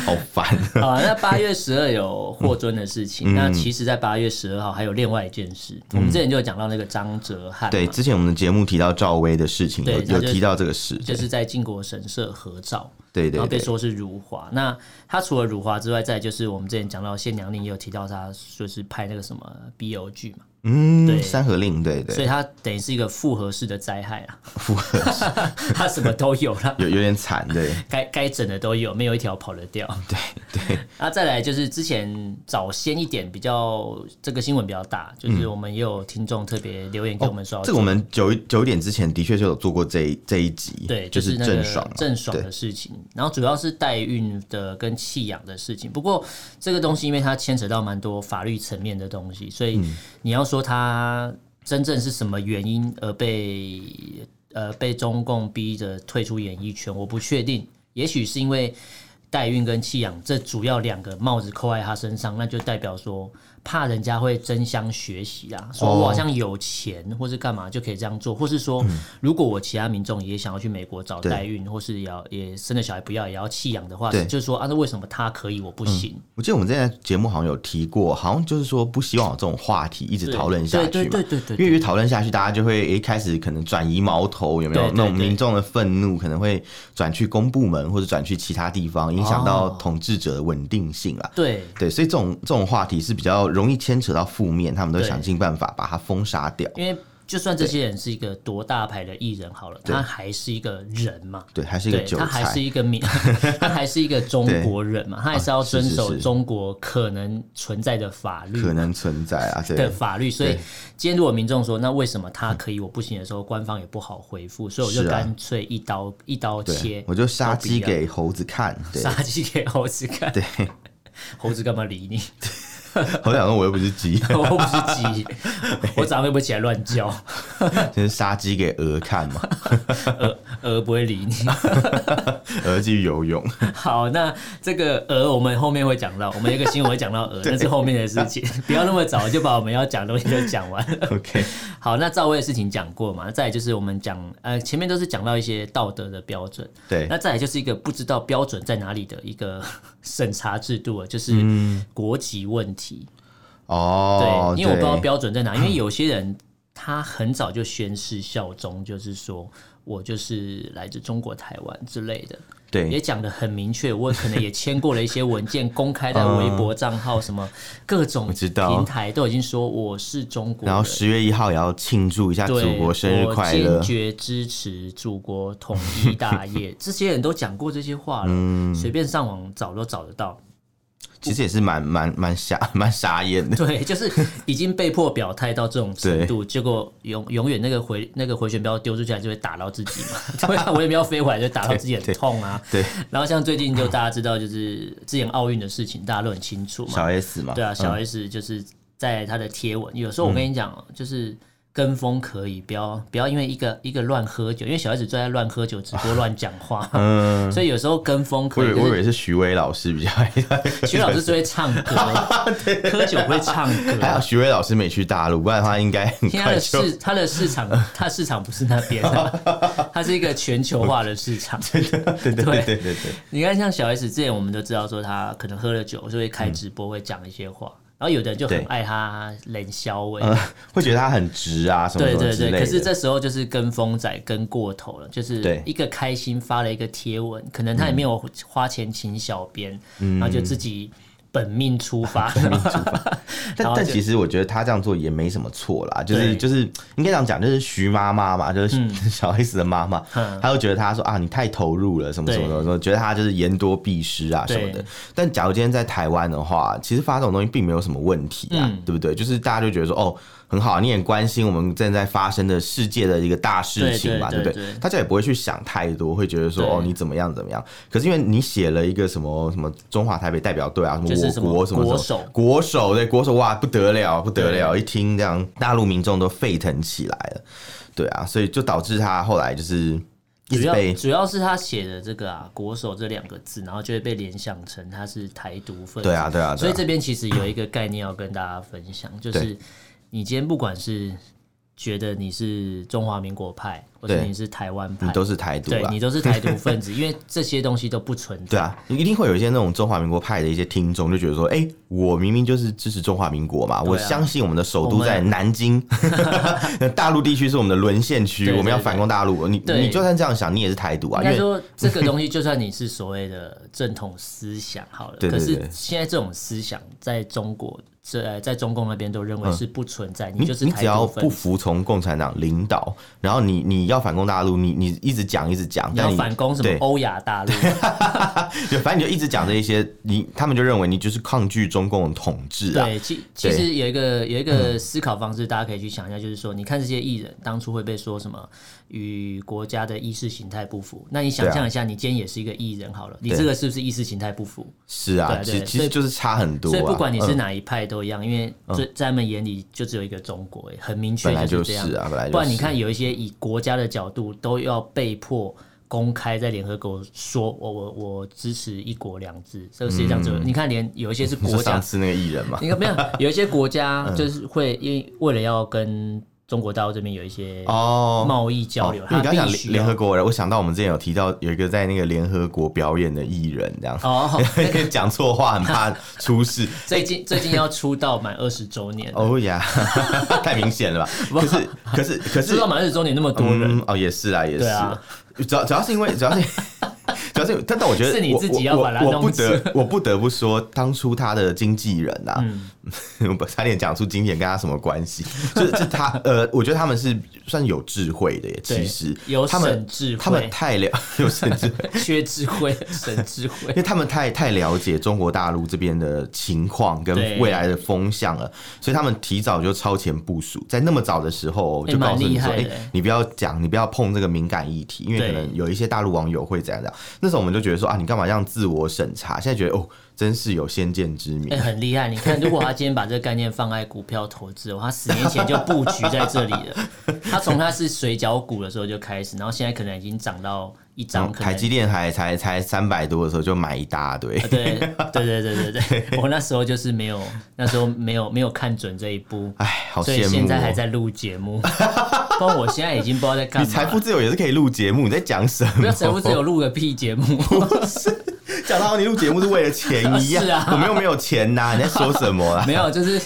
[SPEAKER 2] 好烦。
[SPEAKER 1] 好、啊那八月十二有霍尊的事
[SPEAKER 2] 嗯
[SPEAKER 1] 情，那其实，在八月十二号还有另外一件事，我们之前就有讲到那个张哲瀚嘛，
[SPEAKER 2] 对，之前我们的节目提到赵薇的事情，
[SPEAKER 1] 对
[SPEAKER 2] 有
[SPEAKER 1] 他
[SPEAKER 2] 有
[SPEAKER 1] 就
[SPEAKER 2] 提到这个事，
[SPEAKER 1] 就是在靖国神社合照，
[SPEAKER 2] 对
[SPEAKER 1] 然
[SPEAKER 2] 对
[SPEAKER 1] 后被
[SPEAKER 2] 对，
[SPEAKER 1] 说是辱华。那他除了辱华之外，再就是我们之前讲到谢娘令也有提到他就是拍那个什么 BO 剧嘛，对
[SPEAKER 2] 嗯，三合令，对
[SPEAKER 1] 所
[SPEAKER 2] 对，
[SPEAKER 1] 以他等于是一个复合式的灾害啊，复 *laughs* 合他什么都有了。
[SPEAKER 2] 有有点惨，
[SPEAKER 1] *laughs*
[SPEAKER 2] 对
[SPEAKER 1] 该该整的都有，没有一条跑得掉。
[SPEAKER 2] *laughs* 对对，
[SPEAKER 1] 那再来就是之前早先一点比较这个新闻比较大，就是我们也有听众特别留言给我们说，
[SPEAKER 2] 嗯哦这个我们九九点之前的确就有做过这一这一集，
[SPEAKER 1] 对，
[SPEAKER 2] 就是
[SPEAKER 1] 那
[SPEAKER 2] 郑
[SPEAKER 1] 个
[SPEAKER 2] 爽嘛，啊
[SPEAKER 1] 郑爽
[SPEAKER 2] 对
[SPEAKER 1] 的事情，然后主要是代孕的跟弃养的事情。不过这个东西，因为它牵扯到蛮多法律层面的东西，所以
[SPEAKER 2] 嗯
[SPEAKER 1] 你要说它真正是什么原因而被呃被中共逼着退出演艺圈，我不确定。也许是因为代孕跟弃养这主要两个帽子扣在他身上，那就代表说怕人家会争相学习啊，说
[SPEAKER 2] 哦
[SPEAKER 1] 我好像有钱或是干嘛就可以这样做，或是说如果我其他民众也想要去美国找
[SPEAKER 2] 嗯对
[SPEAKER 1] 代孕，或是也要也生了小孩不要也要弃养的话，
[SPEAKER 2] 对嗯
[SPEAKER 1] 就是说啊，那为什么他可以我不行？
[SPEAKER 2] 我记得我们之前在节目好像有提过，好像就是说不希望有这种话题一直讨论下去嘛，
[SPEAKER 1] 对对对对对
[SPEAKER 2] 因为越讨论下去，大家就会一开始可能转移矛头，有没有
[SPEAKER 1] 对对
[SPEAKER 2] 那种
[SPEAKER 1] 对
[SPEAKER 2] 民众的愤怒可能会转去公部门或者转去其他地方，影响到
[SPEAKER 1] 哦
[SPEAKER 2] 统治者的稳定性啦。
[SPEAKER 1] 对
[SPEAKER 2] 对，所以这种这种话题是比较容易牵扯到负面，他们都
[SPEAKER 1] 对
[SPEAKER 2] 想尽办法把它封杀掉。
[SPEAKER 1] 因为就算这些人是一个多大牌的艺人好了，他还是一个人嘛。
[SPEAKER 2] 对，还是一个
[SPEAKER 1] 对，
[SPEAKER 2] 韭
[SPEAKER 1] 他还是
[SPEAKER 2] 菜，
[SPEAKER 1] 一个
[SPEAKER 2] *laughs*
[SPEAKER 1] 民，他还是一个中国人嘛，他还是要遵
[SPEAKER 2] 是
[SPEAKER 1] 守
[SPEAKER 2] 是是
[SPEAKER 1] 中国可能存在的法律
[SPEAKER 2] 可能存在啊。
[SPEAKER 1] 的
[SPEAKER 2] 对，
[SPEAKER 1] 法律。所以
[SPEAKER 2] 对
[SPEAKER 1] 今天如果民众说，那为什么他可以我不行的时候，官方也不好回复，所以我就是
[SPEAKER 2] 啊
[SPEAKER 1] 干脆一刀一刀切
[SPEAKER 2] 对，，我就杀鸡
[SPEAKER 1] 都不一样
[SPEAKER 2] 给猴
[SPEAKER 1] *laughs*
[SPEAKER 2] 子看。对，
[SPEAKER 1] 杀鸡给猴子看，
[SPEAKER 2] 对，
[SPEAKER 1] 猴子干嘛理你？ *laughs*
[SPEAKER 2] 猴子想说我又不是鸡， *laughs*
[SPEAKER 1] 我不是鸡，我早上会不会起来乱叫？
[SPEAKER 2] 就是杀鸡给鹅看嘛，
[SPEAKER 1] 鹅不会理你。
[SPEAKER 2] 鹅去游泳。 *laughs*
[SPEAKER 1] 好，那这个鹅我们后面会讲到，我们有一个新闻会讲到
[SPEAKER 2] *laughs*
[SPEAKER 1] 鹅，那是后面的事情， *laughs* 不要那么早就把我们要讲的东西都讲完。 *laughs*
[SPEAKER 2] OK，
[SPEAKER 1] 好，那赵薇的事情讲过嘛？再来就是我们讲，呃，前面都是讲到一些道德的标准，
[SPEAKER 2] 对
[SPEAKER 1] 那再来就是一个不知道标准在哪里的一个审查制度 *laughs* 了，就是国籍问题。
[SPEAKER 2] 嗯哦，
[SPEAKER 1] 对，因为我不知道
[SPEAKER 2] 对
[SPEAKER 1] 标准在哪，因为有些人他很早就宣誓效忠，就是说我就是来自中国台湾之类的。也
[SPEAKER 2] 对
[SPEAKER 1] 讲的很明确，我可能也签过了一些文件，公开在微博账号什
[SPEAKER 2] *laughs*
[SPEAKER 1] 么各种
[SPEAKER 2] 知道
[SPEAKER 1] 平台都已经说我是中国人，
[SPEAKER 2] 然后十月一号也要庆祝一下祖
[SPEAKER 1] 对，
[SPEAKER 2] 国生日快乐
[SPEAKER 1] 我坚，决支持祖国统一大
[SPEAKER 2] *laughs*
[SPEAKER 1] 业。这些人都讲过这些话了，
[SPEAKER 2] 嗯
[SPEAKER 1] 随便上网找都找得到。 *laughs*
[SPEAKER 2] 其实也是蛮蛮蛮傻蛮傻眼的。
[SPEAKER 1] 对，啊就是已经被迫表态到这种程度，结果永永远那个回那个回旋镖丢出去来就会打到自己嘛。 *laughs* 对啊，我也没有飞回来就打到自己很痛啊。
[SPEAKER 2] 对，
[SPEAKER 1] 然后像最近就大家知道，就是之前奥运的事情，大家都很清楚嘛。
[SPEAKER 2] 小 S 嘛，
[SPEAKER 1] 对啊，小
[SPEAKER 2] 嗯
[SPEAKER 1] S 就是在她的贴文，有时候我跟你讲哦，就是跟风可以，不要不要因为一个一个乱喝酒，因为小 S 最爱乱喝酒，直播乱讲
[SPEAKER 2] *laughs*
[SPEAKER 1] 话，所以有时候跟风
[SPEAKER 2] 我
[SPEAKER 1] 可
[SPEAKER 2] 以
[SPEAKER 1] 以。
[SPEAKER 2] 为嗯我
[SPEAKER 1] 就
[SPEAKER 2] 以
[SPEAKER 1] 是
[SPEAKER 2] 为是徐威老师比较， *laughs*
[SPEAKER 1] 徐老师最会唱歌，喝酒会唱
[SPEAKER 2] *laughs* 还好
[SPEAKER 1] 歌。
[SPEAKER 2] 徐威老师没去大陆，不然的话应该很
[SPEAKER 1] 因为他
[SPEAKER 2] 哎快
[SPEAKER 1] 啊的
[SPEAKER 2] 就
[SPEAKER 1] 市，他的市场，他的市场不是那边、啊，它是一个全球化的市场。
[SPEAKER 2] *laughs* 对对
[SPEAKER 1] 对
[SPEAKER 2] 对对对对，
[SPEAKER 1] 你看，像小 S 之前，我们都知道说他可能喝了酒，就会开直播，会讲一些话。然后有的人就很
[SPEAKER 2] 对
[SPEAKER 1] 爱他冷笑味，
[SPEAKER 2] 呃，会觉得他很直啊，什么
[SPEAKER 1] 对
[SPEAKER 2] 什么
[SPEAKER 1] 对
[SPEAKER 2] 之
[SPEAKER 1] 对，
[SPEAKER 2] 类的。
[SPEAKER 1] 可是这时候就是跟风仔跟过头了，就是
[SPEAKER 2] 对嗯
[SPEAKER 1] 一个开心发了一个贴文，可能他也没有花钱请小编，然后就自己本命出
[SPEAKER 2] *laughs*
[SPEAKER 1] 发，然
[SPEAKER 2] 但
[SPEAKER 1] 后
[SPEAKER 2] 但
[SPEAKER 1] 就
[SPEAKER 2] 其实我觉得他这样做也没什么错啦，就是
[SPEAKER 1] 对
[SPEAKER 2] 就是应该这样讲，就是徐妈妈嘛，就是 *laughs* 小 S 的妈妈，
[SPEAKER 1] 嗯
[SPEAKER 2] 她就觉得他说啊你太投入了，什么什么
[SPEAKER 1] 对
[SPEAKER 2] 什么什么，觉得他就是言多必失啊什么
[SPEAKER 1] 对
[SPEAKER 2] 的。但假如今天在台湾的话，其实发这种东西并没有什么问题啊，
[SPEAKER 1] 嗯
[SPEAKER 2] 对不对？就是大家就觉得说哦。很好，你也关心我们正在发生的世界的一个大事情嘛，
[SPEAKER 1] 对对
[SPEAKER 2] 不
[SPEAKER 1] 对对
[SPEAKER 2] 大家也不会去想太多，会觉得说
[SPEAKER 1] 对
[SPEAKER 2] 哦你怎么样怎么样。可是因为你写了一个什么什么中华台北代表队啊，
[SPEAKER 1] 就
[SPEAKER 2] 什
[SPEAKER 1] 是什
[SPEAKER 2] 么
[SPEAKER 1] 么
[SPEAKER 2] 我国什么
[SPEAKER 1] 国
[SPEAKER 2] 什么
[SPEAKER 1] 手
[SPEAKER 2] 国手对国手哇不得了不得了，一听这样大陆民众都沸腾起来了，对啊，所以就导致他后来就是
[SPEAKER 1] *laughs*
[SPEAKER 2] 一
[SPEAKER 1] 主
[SPEAKER 2] 直
[SPEAKER 1] 要
[SPEAKER 2] 被
[SPEAKER 1] 主要是他写的这个啊“国手”这两个字，然后就会被联想成他是台独分子。
[SPEAKER 2] 对啊对啊
[SPEAKER 1] 所
[SPEAKER 2] 对
[SPEAKER 1] 以
[SPEAKER 2] 啊，
[SPEAKER 1] 这边其实有一个概念要跟大家分享，就是
[SPEAKER 2] 对
[SPEAKER 1] 你今天不管是觉得你是中华民国派，或者
[SPEAKER 2] 对
[SPEAKER 1] 你是台湾
[SPEAKER 2] 你
[SPEAKER 1] 派，
[SPEAKER 2] 嗯都是台独
[SPEAKER 1] 对
[SPEAKER 2] 啦
[SPEAKER 1] 你。都是台独分子，因为这些东西都不存在。
[SPEAKER 2] 对啊，一定会有一些那种中华民国派的一些听众就觉得说，哎、我明明就是支持中华民国嘛，我相信我们的首
[SPEAKER 1] 啊我
[SPEAKER 2] 都
[SPEAKER 1] 们
[SPEAKER 2] 在
[SPEAKER 1] *laughs*
[SPEAKER 2] 南京，大陆地区是我们的沦陷区，
[SPEAKER 1] 对对
[SPEAKER 2] 我们要反攻大陆。你
[SPEAKER 1] 对
[SPEAKER 2] 你就算这样想，你也是台独啊，
[SPEAKER 1] 应该
[SPEAKER 2] 因为
[SPEAKER 1] 说，这个东西就算你是所谓的正统思想好了，
[SPEAKER 2] *laughs* 对
[SPEAKER 1] 可
[SPEAKER 2] 对
[SPEAKER 1] 是
[SPEAKER 2] 对
[SPEAKER 1] 现在这种思想在中国，这呃在中共那边都认为是不存在，你
[SPEAKER 2] 嗯你
[SPEAKER 1] 就是
[SPEAKER 2] 你
[SPEAKER 1] 台
[SPEAKER 2] 只要
[SPEAKER 1] 独分
[SPEAKER 2] 不
[SPEAKER 1] 子，
[SPEAKER 2] 服从共产党领导，然后你你要反攻大陆，你你一直讲一直讲，
[SPEAKER 1] 你
[SPEAKER 2] 但
[SPEAKER 1] 要反攻什么哦
[SPEAKER 2] 对
[SPEAKER 1] 欧亚
[SPEAKER 2] *laughs*
[SPEAKER 1] 大陆，
[SPEAKER 2] 对，反正你就一直讲这一些，你他们就认为你就是抗拒中共统治啊。嗯
[SPEAKER 1] 对，其其实有一个有一个思考方式，大家可以去想一下，就是说，你看这些艺人当初会被说什么与国家的意识形态不符，那你想象一下，你今天也是一个艺人好了，你
[SPEAKER 2] 啊对
[SPEAKER 1] 这个是不是意识形态不符？
[SPEAKER 2] 是
[SPEAKER 1] 对
[SPEAKER 2] 啊，
[SPEAKER 1] 对
[SPEAKER 2] 其实其
[SPEAKER 1] 所以
[SPEAKER 2] 实就是差很多、啊。
[SPEAKER 1] 所以不管你是
[SPEAKER 2] 嗯、
[SPEAKER 1] 哪一派都一样，因为最在他们眼里就只有一个中国，哎很明确
[SPEAKER 2] 本来
[SPEAKER 1] 就是
[SPEAKER 2] 就
[SPEAKER 1] 这样
[SPEAKER 2] 是。啊，本来就是。
[SPEAKER 1] 不然你看，有一些以国家的角度都要被迫公开在联合国说，我我我支持一国两制，这个世界上只
[SPEAKER 2] 嗯
[SPEAKER 1] 有、你看，连有一些是
[SPEAKER 2] 你说
[SPEAKER 1] 国
[SPEAKER 2] *laughs*
[SPEAKER 1] 家嗯
[SPEAKER 2] 上，次那个艺人嘛，
[SPEAKER 1] 你看没有？有一些国家就是会因为为了要跟中国大陆这边有一些
[SPEAKER 2] 哦，
[SPEAKER 1] 贸易交流，
[SPEAKER 2] 哦因
[SPEAKER 1] 他
[SPEAKER 2] 为你刚刚
[SPEAKER 1] 必
[SPEAKER 2] 讲
[SPEAKER 1] 须啊
[SPEAKER 2] 联联合国人，我想到我们之前有提到有一个在那个联合国表演的艺人，这样。
[SPEAKER 1] 哦，
[SPEAKER 2] 讲错话很怕
[SPEAKER 1] *laughs*
[SPEAKER 2] 出事，
[SPEAKER 1] 最近最近要出道满二十周年，
[SPEAKER 2] 哦呀， *laughs* 太明显了吧？可是可是可是
[SPEAKER 1] 出道满二十周年那么多人，
[SPEAKER 2] 嗯、哦，也是啊，也是，
[SPEAKER 1] 对啊
[SPEAKER 2] 主要主要是因为主要是因为。 *laughs* 主要是因为，但但我觉得
[SPEAKER 1] 是你
[SPEAKER 2] 我
[SPEAKER 1] 自己要
[SPEAKER 2] 我
[SPEAKER 1] 把它
[SPEAKER 2] 我
[SPEAKER 1] 弄
[SPEAKER 2] 我不
[SPEAKER 1] 死
[SPEAKER 2] 得我不得不说，当初他的经纪人啊，
[SPEAKER 1] 嗯
[SPEAKER 2] *laughs* 我差点讲出经纪人跟他什么关系，就是就他呃，我觉得他们是算有智慧的耶，
[SPEAKER 1] 对
[SPEAKER 2] 其实
[SPEAKER 1] 有
[SPEAKER 2] 他们
[SPEAKER 1] 省智慧
[SPEAKER 2] 他们太了 *laughs* 有省智慧，
[SPEAKER 1] 缺智慧，神智慧
[SPEAKER 2] 因。为他们太太了解中国大陆这边的情况跟
[SPEAKER 1] 对
[SPEAKER 2] 未来的风向了，所以他们提早就超前部署，在那么早的时候
[SPEAKER 1] 哎
[SPEAKER 2] 就告诉你
[SPEAKER 1] 蛮厉
[SPEAKER 2] 说：“
[SPEAKER 1] 害
[SPEAKER 2] 哎、
[SPEAKER 1] 的
[SPEAKER 2] 你不要讲，你不要碰这个敏感议题，因为
[SPEAKER 1] 对
[SPEAKER 2] 可能有一些大陆网友会怎样怎样。”那时候我们就觉得说：“啊，你干嘛这样自我审查？”现在觉得哦，真是有先见之明。
[SPEAKER 1] 哎、很厉害！你看，如果他今天把这个概念放在股票投资哦，他十年前就布局在这里了。他从他是水饺股的时候就开始，然后现在可能已经涨到一
[SPEAKER 2] 然
[SPEAKER 1] 张
[SPEAKER 2] 后
[SPEAKER 1] 可
[SPEAKER 2] 嗯台
[SPEAKER 1] 能呃
[SPEAKER 2] 积电还才才三百多的时候就买一大堆，
[SPEAKER 1] 对对对对对
[SPEAKER 2] *laughs*
[SPEAKER 1] 对，我那时候就是没有，那时候没有没有看准这一步，
[SPEAKER 2] 哎，好
[SPEAKER 1] 所以
[SPEAKER 2] 羡慕、
[SPEAKER 1] 现
[SPEAKER 2] 哦。
[SPEAKER 1] 在还在录节目。不然我现在已经不知道在干
[SPEAKER 2] 你
[SPEAKER 1] 嘛。
[SPEAKER 2] 财富自由也是可以录节目，你在讲什
[SPEAKER 1] 不
[SPEAKER 2] 么？
[SPEAKER 1] 要财富自由录个屁节
[SPEAKER 2] *laughs*
[SPEAKER 1] 目，
[SPEAKER 2] 讲到你录节目是为了钱一
[SPEAKER 1] *laughs*
[SPEAKER 2] 样，
[SPEAKER 1] 是啊
[SPEAKER 2] 我们又没有钱呐、你在说什么啊？
[SPEAKER 1] *laughs* 没有，就是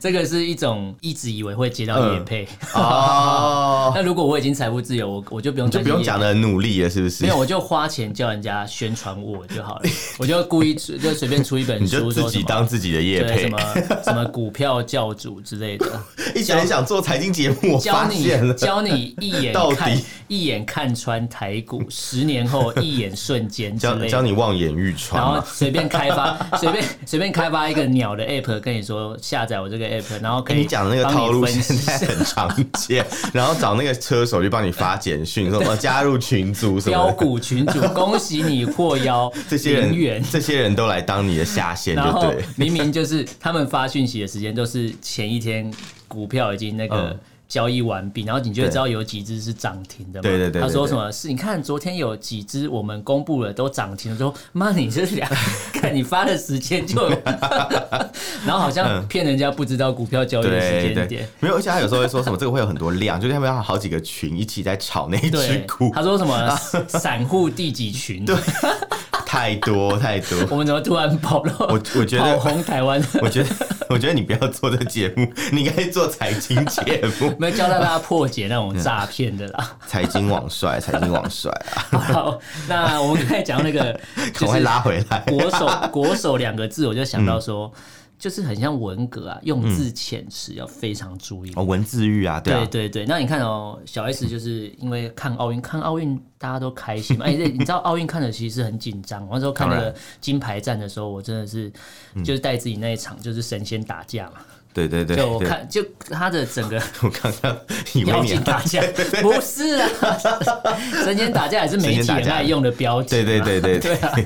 [SPEAKER 1] 这个是一种一直以为会接到业配。
[SPEAKER 2] 哦，
[SPEAKER 1] *laughs* 那如果我已经财富自由，我我就不用
[SPEAKER 2] 嗯你就
[SPEAKER 1] 担
[SPEAKER 2] 不
[SPEAKER 1] 心
[SPEAKER 2] 用
[SPEAKER 1] 业配
[SPEAKER 2] 讲的很努力了，是不是？
[SPEAKER 1] 没有，我就花钱叫人家宣传我就
[SPEAKER 2] *laughs*
[SPEAKER 1] 好了，我就故意出就随便出一本
[SPEAKER 2] 你
[SPEAKER 1] 书，
[SPEAKER 2] 就自
[SPEAKER 1] 说什
[SPEAKER 2] 己
[SPEAKER 1] 么
[SPEAKER 2] 当自己的业
[SPEAKER 1] 对啊什
[SPEAKER 2] 配
[SPEAKER 1] 么。
[SPEAKER 2] *laughs*
[SPEAKER 1] 什么股票教主之类的，
[SPEAKER 2] 一直很想做财经节目，我
[SPEAKER 1] 教
[SPEAKER 2] 发现
[SPEAKER 1] 你
[SPEAKER 2] 了。
[SPEAKER 1] 教你一眼
[SPEAKER 2] *laughs* 到底
[SPEAKER 1] 看一眼看穿台
[SPEAKER 2] *laughs*
[SPEAKER 1] 股，十年后一眼瞬间之
[SPEAKER 2] 教
[SPEAKER 1] 类
[SPEAKER 2] 教
[SPEAKER 1] 的。
[SPEAKER 2] 你望眼欲穿
[SPEAKER 1] 然后
[SPEAKER 2] 嘛，
[SPEAKER 1] 随便开
[SPEAKER 2] *laughs*
[SPEAKER 1] 发，随便随便开发一个鸟的 app，跟你说下载我这个 app，然后可
[SPEAKER 2] 哎
[SPEAKER 1] 以
[SPEAKER 2] 你讲的那个
[SPEAKER 1] 帮
[SPEAKER 2] 套路
[SPEAKER 1] 分析
[SPEAKER 2] 现在很常见， *laughs* 然后找那个车手就帮你发简
[SPEAKER 1] *laughs*
[SPEAKER 2] 讯，说什么加入群组什
[SPEAKER 1] 标
[SPEAKER 2] 么的，
[SPEAKER 1] 股群
[SPEAKER 2] *laughs*
[SPEAKER 1] 主，恭喜你获邀
[SPEAKER 2] 这些
[SPEAKER 1] 零元
[SPEAKER 2] 人这些人都来当你的下线
[SPEAKER 1] *laughs* 然
[SPEAKER 2] 就
[SPEAKER 1] 后
[SPEAKER 2] 对。
[SPEAKER 1] 明明就是他们发讯息的时间都是前一天股票已经那个
[SPEAKER 2] 嗯
[SPEAKER 1] 交易完毕，然后你就会
[SPEAKER 2] 对
[SPEAKER 1] 知道有几只是涨停的嘛。
[SPEAKER 2] 对对对对
[SPEAKER 1] 他说什么是？你看昨天有几只我们公布了都涨停，说妈你这 *laughs* 俩，看你发的时间就有，然后好像骗人家不知道股票交易的时间
[SPEAKER 2] 对
[SPEAKER 1] 点
[SPEAKER 2] 对。，没有，而且他有时候会说什么这个会有很多量，就是他们要好几个群一起在炒那一只
[SPEAKER 1] 对 *laughs*
[SPEAKER 2] 股，，
[SPEAKER 1] 他说什么散户第几群？对，
[SPEAKER 2] 太多太多。 *laughs*
[SPEAKER 1] 我们怎么突然跑到
[SPEAKER 2] 我我觉
[SPEAKER 1] 跑
[SPEAKER 2] 得
[SPEAKER 1] 红台湾？ *laughs*，
[SPEAKER 2] 我觉得，我觉得你不要做这节目，你应该做财经节目
[SPEAKER 1] 没有教大家破解那种诈骗的啦。
[SPEAKER 2] *laughs* 财经网帅，财经网帅 *laughs* 啊，
[SPEAKER 1] *laughs* 好，那我们刚才讲那个，就
[SPEAKER 2] *laughs* 赶快
[SPEAKER 1] 是
[SPEAKER 2] 拉回来。
[SPEAKER 1] 国手 *laughs* “国手”两个字，我就想到说，
[SPEAKER 2] 嗯
[SPEAKER 1] 就是很像文革啊，用字遣词要非常注意。
[SPEAKER 2] 哦，文字狱啊，对啊嗯
[SPEAKER 1] 对，对对，那你看哦，小 S 就是因为看奥运，看奥运大家都开
[SPEAKER 2] *laughs*
[SPEAKER 1] 心嘛。哎，对你知道奥运看的其实很紧张。我那时候看那
[SPEAKER 2] 当
[SPEAKER 1] 个金牌战的时候，我真的是就是带自己那一场就是神仙打架嘛。
[SPEAKER 2] 对对对
[SPEAKER 1] 就我
[SPEAKER 2] 对，
[SPEAKER 1] 看，就他的整个
[SPEAKER 2] 我刚刚以为
[SPEAKER 1] 妖
[SPEAKER 2] 你
[SPEAKER 1] 精
[SPEAKER 2] 啊要
[SPEAKER 1] 打
[SPEAKER 2] *laughs*
[SPEAKER 1] 架，不是啊，神仙打架也是媒体很爱用的标题
[SPEAKER 2] 对
[SPEAKER 1] 嘛。
[SPEAKER 2] 对对 *laughs*
[SPEAKER 1] *laughs* 对
[SPEAKER 2] 对
[SPEAKER 1] 啊。
[SPEAKER 2] 对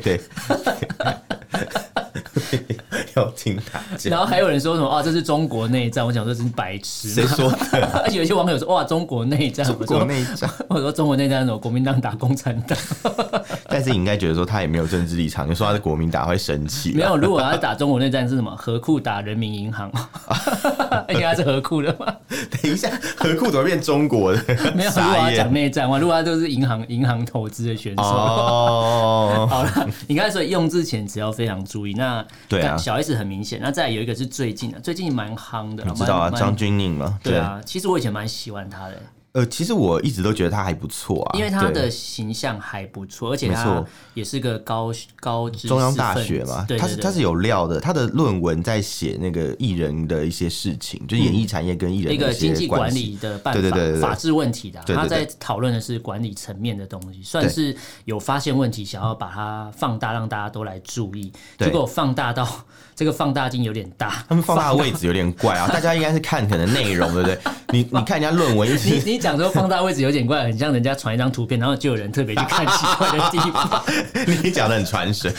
[SPEAKER 2] 对，要听打架，
[SPEAKER 1] 然后还有人说什么啊，这是中国内战？我想说这是白痴
[SPEAKER 2] 谁
[SPEAKER 1] 嘛。 *laughs*
[SPEAKER 2] 说 *laughs* 的？
[SPEAKER 1] 有一些网友说哇，中国内战，
[SPEAKER 2] 中
[SPEAKER 1] 我
[SPEAKER 2] 国
[SPEAKER 1] 说
[SPEAKER 2] 内战，
[SPEAKER 1] 我说 *laughs* 中国内战是什么？国民党打共产党。 *laughs*
[SPEAKER 2] 但是你应该觉得说他也没有政治立场，你说他是国民党会生气，啊
[SPEAKER 1] 没有，如果要打中国内战是什么？何库打人民银行， *laughs* 而且他是何库的
[SPEAKER 2] *laughs*
[SPEAKER 1] 嘛？
[SPEAKER 2] *laughs* 等一下，何库怎么变中国 *laughs* 的？
[SPEAKER 1] 没有，如果
[SPEAKER 2] 傻
[SPEAKER 1] 要
[SPEAKER 2] 眼
[SPEAKER 1] 讲内战，哇，如果他都是银行银行投资的选手。
[SPEAKER 2] 哦，
[SPEAKER 1] 好了，你刚才说用字遣词要非常注意。那
[SPEAKER 2] 对啊
[SPEAKER 1] 小 S 很明显。那再来有一个是最近的，最近蛮夯的，
[SPEAKER 2] 你知道啊，
[SPEAKER 1] 蛮
[SPEAKER 2] 张。钧甯嘛，
[SPEAKER 1] 蛮对啊，其实我以前蛮喜欢他的，
[SPEAKER 2] 呃，其实我一直都觉得他还不错啊，
[SPEAKER 1] 因为他的
[SPEAKER 2] 对
[SPEAKER 1] 形象还不错，而且
[SPEAKER 2] 没
[SPEAKER 1] 他
[SPEAKER 2] 错
[SPEAKER 1] 也是个高高知识
[SPEAKER 2] 中央大
[SPEAKER 1] 分子
[SPEAKER 2] 学嘛，
[SPEAKER 1] 对
[SPEAKER 2] 他
[SPEAKER 1] 对
[SPEAKER 2] 是
[SPEAKER 1] 对，
[SPEAKER 2] 他是有料的，他的论文在写那个艺人的一些事情，就是演艺产业跟艺人
[SPEAKER 1] 一个
[SPEAKER 2] 的
[SPEAKER 1] 经
[SPEAKER 2] 一
[SPEAKER 1] 济
[SPEAKER 2] 些
[SPEAKER 1] 管
[SPEAKER 2] 关
[SPEAKER 1] 理
[SPEAKER 2] 系。
[SPEAKER 1] 的办法、
[SPEAKER 2] 对对对对对
[SPEAKER 1] 法治问题的啊、
[SPEAKER 2] 对对
[SPEAKER 1] 他
[SPEAKER 2] 对
[SPEAKER 1] 在讨论的是管理层面的东西，算是有发现问题，想要把它放大，让大家都来注意。
[SPEAKER 2] 对
[SPEAKER 1] 结果放大到这个放大镜有点大。
[SPEAKER 2] 他们放大的位置有点怪
[SPEAKER 1] *laughs*
[SPEAKER 2] 啊，大家应该是看可能内容，对不对？你你看人家论文一
[SPEAKER 1] 你
[SPEAKER 2] 直
[SPEAKER 1] *laughs* 你讲说放大位置有点怪，很像人家传一张图片，然后就有人特别去看奇怪的地方，
[SPEAKER 2] *laughs* 你讲的很传神，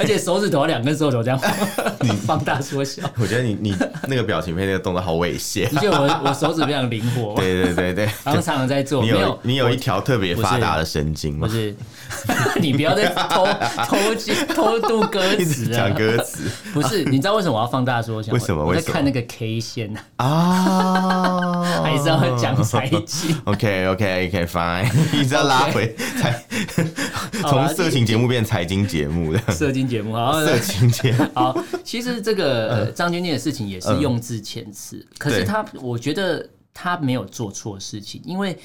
[SPEAKER 1] 而且手指头两根手指头这样 *laughs* 放大缩小。
[SPEAKER 2] 我觉得你你那个表情配那个动作好猥亵啊
[SPEAKER 1] *laughs* 你。觉得我我手指非常灵活吗？
[SPEAKER 2] 对对对对，
[SPEAKER 1] 然后常常在做，
[SPEAKER 2] 你
[SPEAKER 1] 没
[SPEAKER 2] 有
[SPEAKER 1] 有
[SPEAKER 2] 你有一条特别发达的神经
[SPEAKER 1] 不
[SPEAKER 2] 嘛，
[SPEAKER 1] 是， *laughs* 你不要再
[SPEAKER 2] *laughs*
[SPEAKER 1] 偷偷鸡偷渡歌
[SPEAKER 2] 一
[SPEAKER 1] 词
[SPEAKER 2] 直
[SPEAKER 1] 了
[SPEAKER 2] *laughs* 讲。歌词
[SPEAKER 1] 不
[SPEAKER 2] *laughs*
[SPEAKER 1] 是，你知道为什么我要放大缩小吗？
[SPEAKER 2] 为什么
[SPEAKER 1] 我在
[SPEAKER 2] 为什么
[SPEAKER 1] 看那个 K 线啊，
[SPEAKER 2] 啊，
[SPEAKER 1] *laughs* 还是要讲财
[SPEAKER 2] 哦
[SPEAKER 1] 经。
[SPEAKER 2] OK OK OK Fine，一 *laughs* 直要拉回财，
[SPEAKER 1] *laughs* 好
[SPEAKER 2] 从
[SPEAKER 1] 啦
[SPEAKER 2] 色情节目变财经节目的
[SPEAKER 1] 社经节目，好，
[SPEAKER 2] *laughs* 色情节
[SPEAKER 1] *laughs*
[SPEAKER 2] 目，
[SPEAKER 1] 好。其实这个呃张钧甯的事情也是用字遣词，可是
[SPEAKER 2] 嗯对
[SPEAKER 1] 他，我觉得他没有做错事情，因为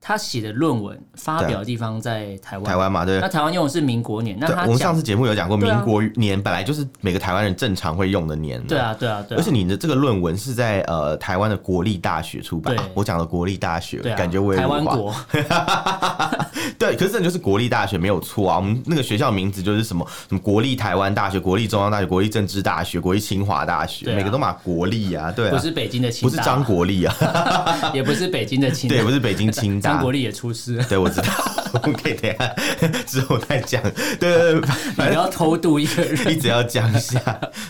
[SPEAKER 1] 他写的论文发表的地方在台湾，
[SPEAKER 2] 台湾嘛，嗯对
[SPEAKER 1] 那。台湾用的是民国年，那
[SPEAKER 2] 对，
[SPEAKER 1] 他
[SPEAKER 2] 我们上
[SPEAKER 1] 讲
[SPEAKER 2] 次节目有讲过，
[SPEAKER 1] 对啊
[SPEAKER 2] 民国年本来就是每个台湾人正常会用的年。
[SPEAKER 1] 对，啊，对啊，对
[SPEAKER 2] 而
[SPEAKER 1] 啊
[SPEAKER 2] 且，你的这个论文是在呃台湾的国立大学出版
[SPEAKER 1] 对，
[SPEAKER 2] 啊我讲的国立大学
[SPEAKER 1] 对，啊，
[SPEAKER 2] 感觉我也
[SPEAKER 1] 台湾
[SPEAKER 2] 辱华
[SPEAKER 1] 国，
[SPEAKER 2] 对，可是这就是国立大学没有错啊。我们那个学校名字就是什么什么国立台湾大学、国立中央大学、国立政治大学、国立清华大学，
[SPEAKER 1] 对啊
[SPEAKER 2] 每个都嘛国立啊，对
[SPEAKER 1] 不
[SPEAKER 2] 啊，
[SPEAKER 1] 是北京的清
[SPEAKER 2] 不是
[SPEAKER 1] 大，
[SPEAKER 2] 张国立啊，
[SPEAKER 1] 也不是北京的清大，
[SPEAKER 2] 对，不是北京
[SPEAKER 1] *laughs*
[SPEAKER 2] 清大，
[SPEAKER 1] 张国立也出事了，
[SPEAKER 2] 对，我知
[SPEAKER 1] *laughs*
[SPEAKER 2] 道，我们可以等一下之后再讲。对对对，
[SPEAKER 1] 你
[SPEAKER 2] *laughs* 反
[SPEAKER 1] 不
[SPEAKER 2] 正
[SPEAKER 1] 要偷渡一个人。
[SPEAKER 2] 一直要讲一下。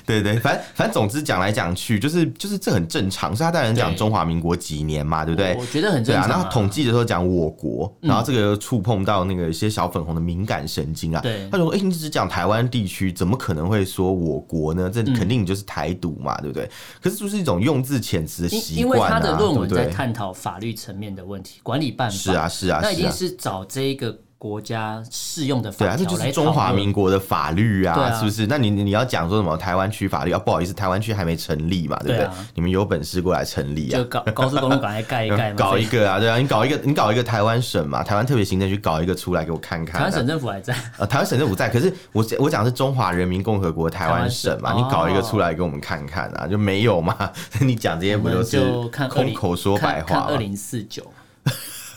[SPEAKER 2] 对对，反正反正总之讲来讲去，就是就是这很正常。所以他当然讲
[SPEAKER 1] 对
[SPEAKER 2] 中华民国几年嘛，对不对
[SPEAKER 1] 我？觉得很
[SPEAKER 2] 对
[SPEAKER 1] 正常、嗯
[SPEAKER 2] 啊，然后统计的时候讲我国，然后这个又触碰到那个一些小粉红的敏感神经啊。
[SPEAKER 1] 对
[SPEAKER 2] 他就说：“哎、你只讲台湾地区，怎么可能会说我国呢？
[SPEAKER 1] 嗯
[SPEAKER 2] 这肯定就是台独嘛，对不对？可是就是一种用字遣词的
[SPEAKER 1] 因
[SPEAKER 2] *laughs* 习
[SPEAKER 1] 因为
[SPEAKER 2] 惯
[SPEAKER 1] 他
[SPEAKER 2] 啊，
[SPEAKER 1] 的论文
[SPEAKER 2] 对
[SPEAKER 1] 在
[SPEAKER 2] 不对？
[SPEAKER 1] 探讨法律层面的问题，管理办法
[SPEAKER 2] 是啊，，是啊，
[SPEAKER 1] 那一
[SPEAKER 2] 是
[SPEAKER 1] 定
[SPEAKER 2] 啊。”
[SPEAKER 1] 是找这一个国家适用的法
[SPEAKER 2] 对啊，这
[SPEAKER 1] 条
[SPEAKER 2] 就是
[SPEAKER 1] 来
[SPEAKER 2] 中华
[SPEAKER 1] 讨论
[SPEAKER 2] 民国的法律啊，
[SPEAKER 1] 对啊
[SPEAKER 2] 是不是？那你你你要讲说什么台湾区法律啊？不好意思，台湾区还没成立嘛，对不对？
[SPEAKER 1] 对啊
[SPEAKER 2] 你们有本事过来成立啊
[SPEAKER 1] 就，高高速公路赶快盖一盖嘛，
[SPEAKER 2] *laughs* 搞
[SPEAKER 1] 所以
[SPEAKER 2] 一个啊，对啊，你搞一个，你搞一个台湾省嘛，台湾特别行政区搞一个出来给我看看、
[SPEAKER 1] 台
[SPEAKER 2] 啊。
[SPEAKER 1] 湾省政府还在，
[SPEAKER 2] 呃，台湾省政府在，可是我我讲的是中华人民共和国台湾省嘛，
[SPEAKER 1] 台湾
[SPEAKER 2] 你
[SPEAKER 1] 省
[SPEAKER 2] 搞一个出来给我们看看啊，就没有嘛？ *laughs* 你讲这些
[SPEAKER 1] 我
[SPEAKER 2] 不
[SPEAKER 1] 们
[SPEAKER 2] 都
[SPEAKER 1] 就是看
[SPEAKER 2] 空口说白话
[SPEAKER 1] 二
[SPEAKER 2] 吗？
[SPEAKER 1] 零四九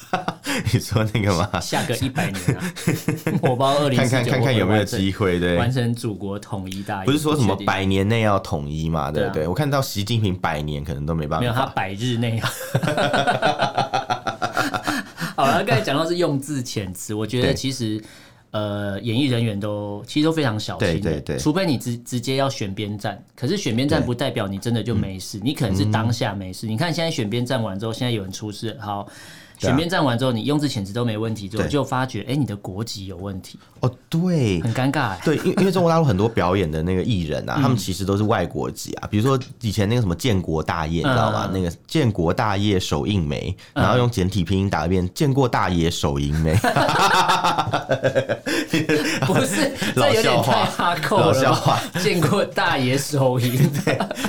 [SPEAKER 2] *laughs* 你说那个嘛，
[SPEAKER 1] 下个一百年啊， *laughs* 我包二零
[SPEAKER 2] 看
[SPEAKER 1] 四
[SPEAKER 2] 看
[SPEAKER 1] 九
[SPEAKER 2] 看看有没有机会，对，
[SPEAKER 1] 完成祖国统一大业，
[SPEAKER 2] 不是说什么
[SPEAKER 1] 确定
[SPEAKER 2] 百年内要统一嘛，对
[SPEAKER 1] 对啊
[SPEAKER 2] 不对？我看到习近平百年可能都没办
[SPEAKER 1] 没有，他
[SPEAKER 2] 法。
[SPEAKER 1] 百日内。啊
[SPEAKER 2] *laughs*
[SPEAKER 1] 好了，刚才讲到是用字遣词，我觉得
[SPEAKER 2] 对
[SPEAKER 1] 其实呃，演艺人员都其实都非常小心的，
[SPEAKER 2] 对对对
[SPEAKER 1] 除非你直直接要选边站，可是选边站
[SPEAKER 2] 对嗯
[SPEAKER 1] 不代表你真的就没事，你可能是当下没事。你看现在选边站完之后，现在有人出事，好。
[SPEAKER 2] 对啊
[SPEAKER 1] 选边站完之后，你用字遣词都没问题之后，
[SPEAKER 2] 对
[SPEAKER 1] 就发觉哎、你的国籍有问题，
[SPEAKER 2] 哦，
[SPEAKER 1] *laughs*
[SPEAKER 2] 对，
[SPEAKER 1] 很尴
[SPEAKER 2] *laughs*
[SPEAKER 1] 尬、哎
[SPEAKER 2] 对，因因为中国大陆很多表演的那个艺人啊，
[SPEAKER 1] 嗯
[SPEAKER 2] 他们其实都是外国籍啊。比如说以前那个什么建国大业，你知道吗
[SPEAKER 1] 嗯？
[SPEAKER 2] 那个建国大业首映没，然后用简体拼音打一遍“建过大业首映
[SPEAKER 1] *laughs*
[SPEAKER 2] 没，
[SPEAKER 1] 不是
[SPEAKER 2] 老
[SPEAKER 1] 这有
[SPEAKER 2] 笑
[SPEAKER 1] 点
[SPEAKER 2] 话
[SPEAKER 1] 太哈扣
[SPEAKER 2] 老
[SPEAKER 1] 了
[SPEAKER 2] 笑
[SPEAKER 1] 吧
[SPEAKER 2] 话？
[SPEAKER 1] 见过大爷手淫，”，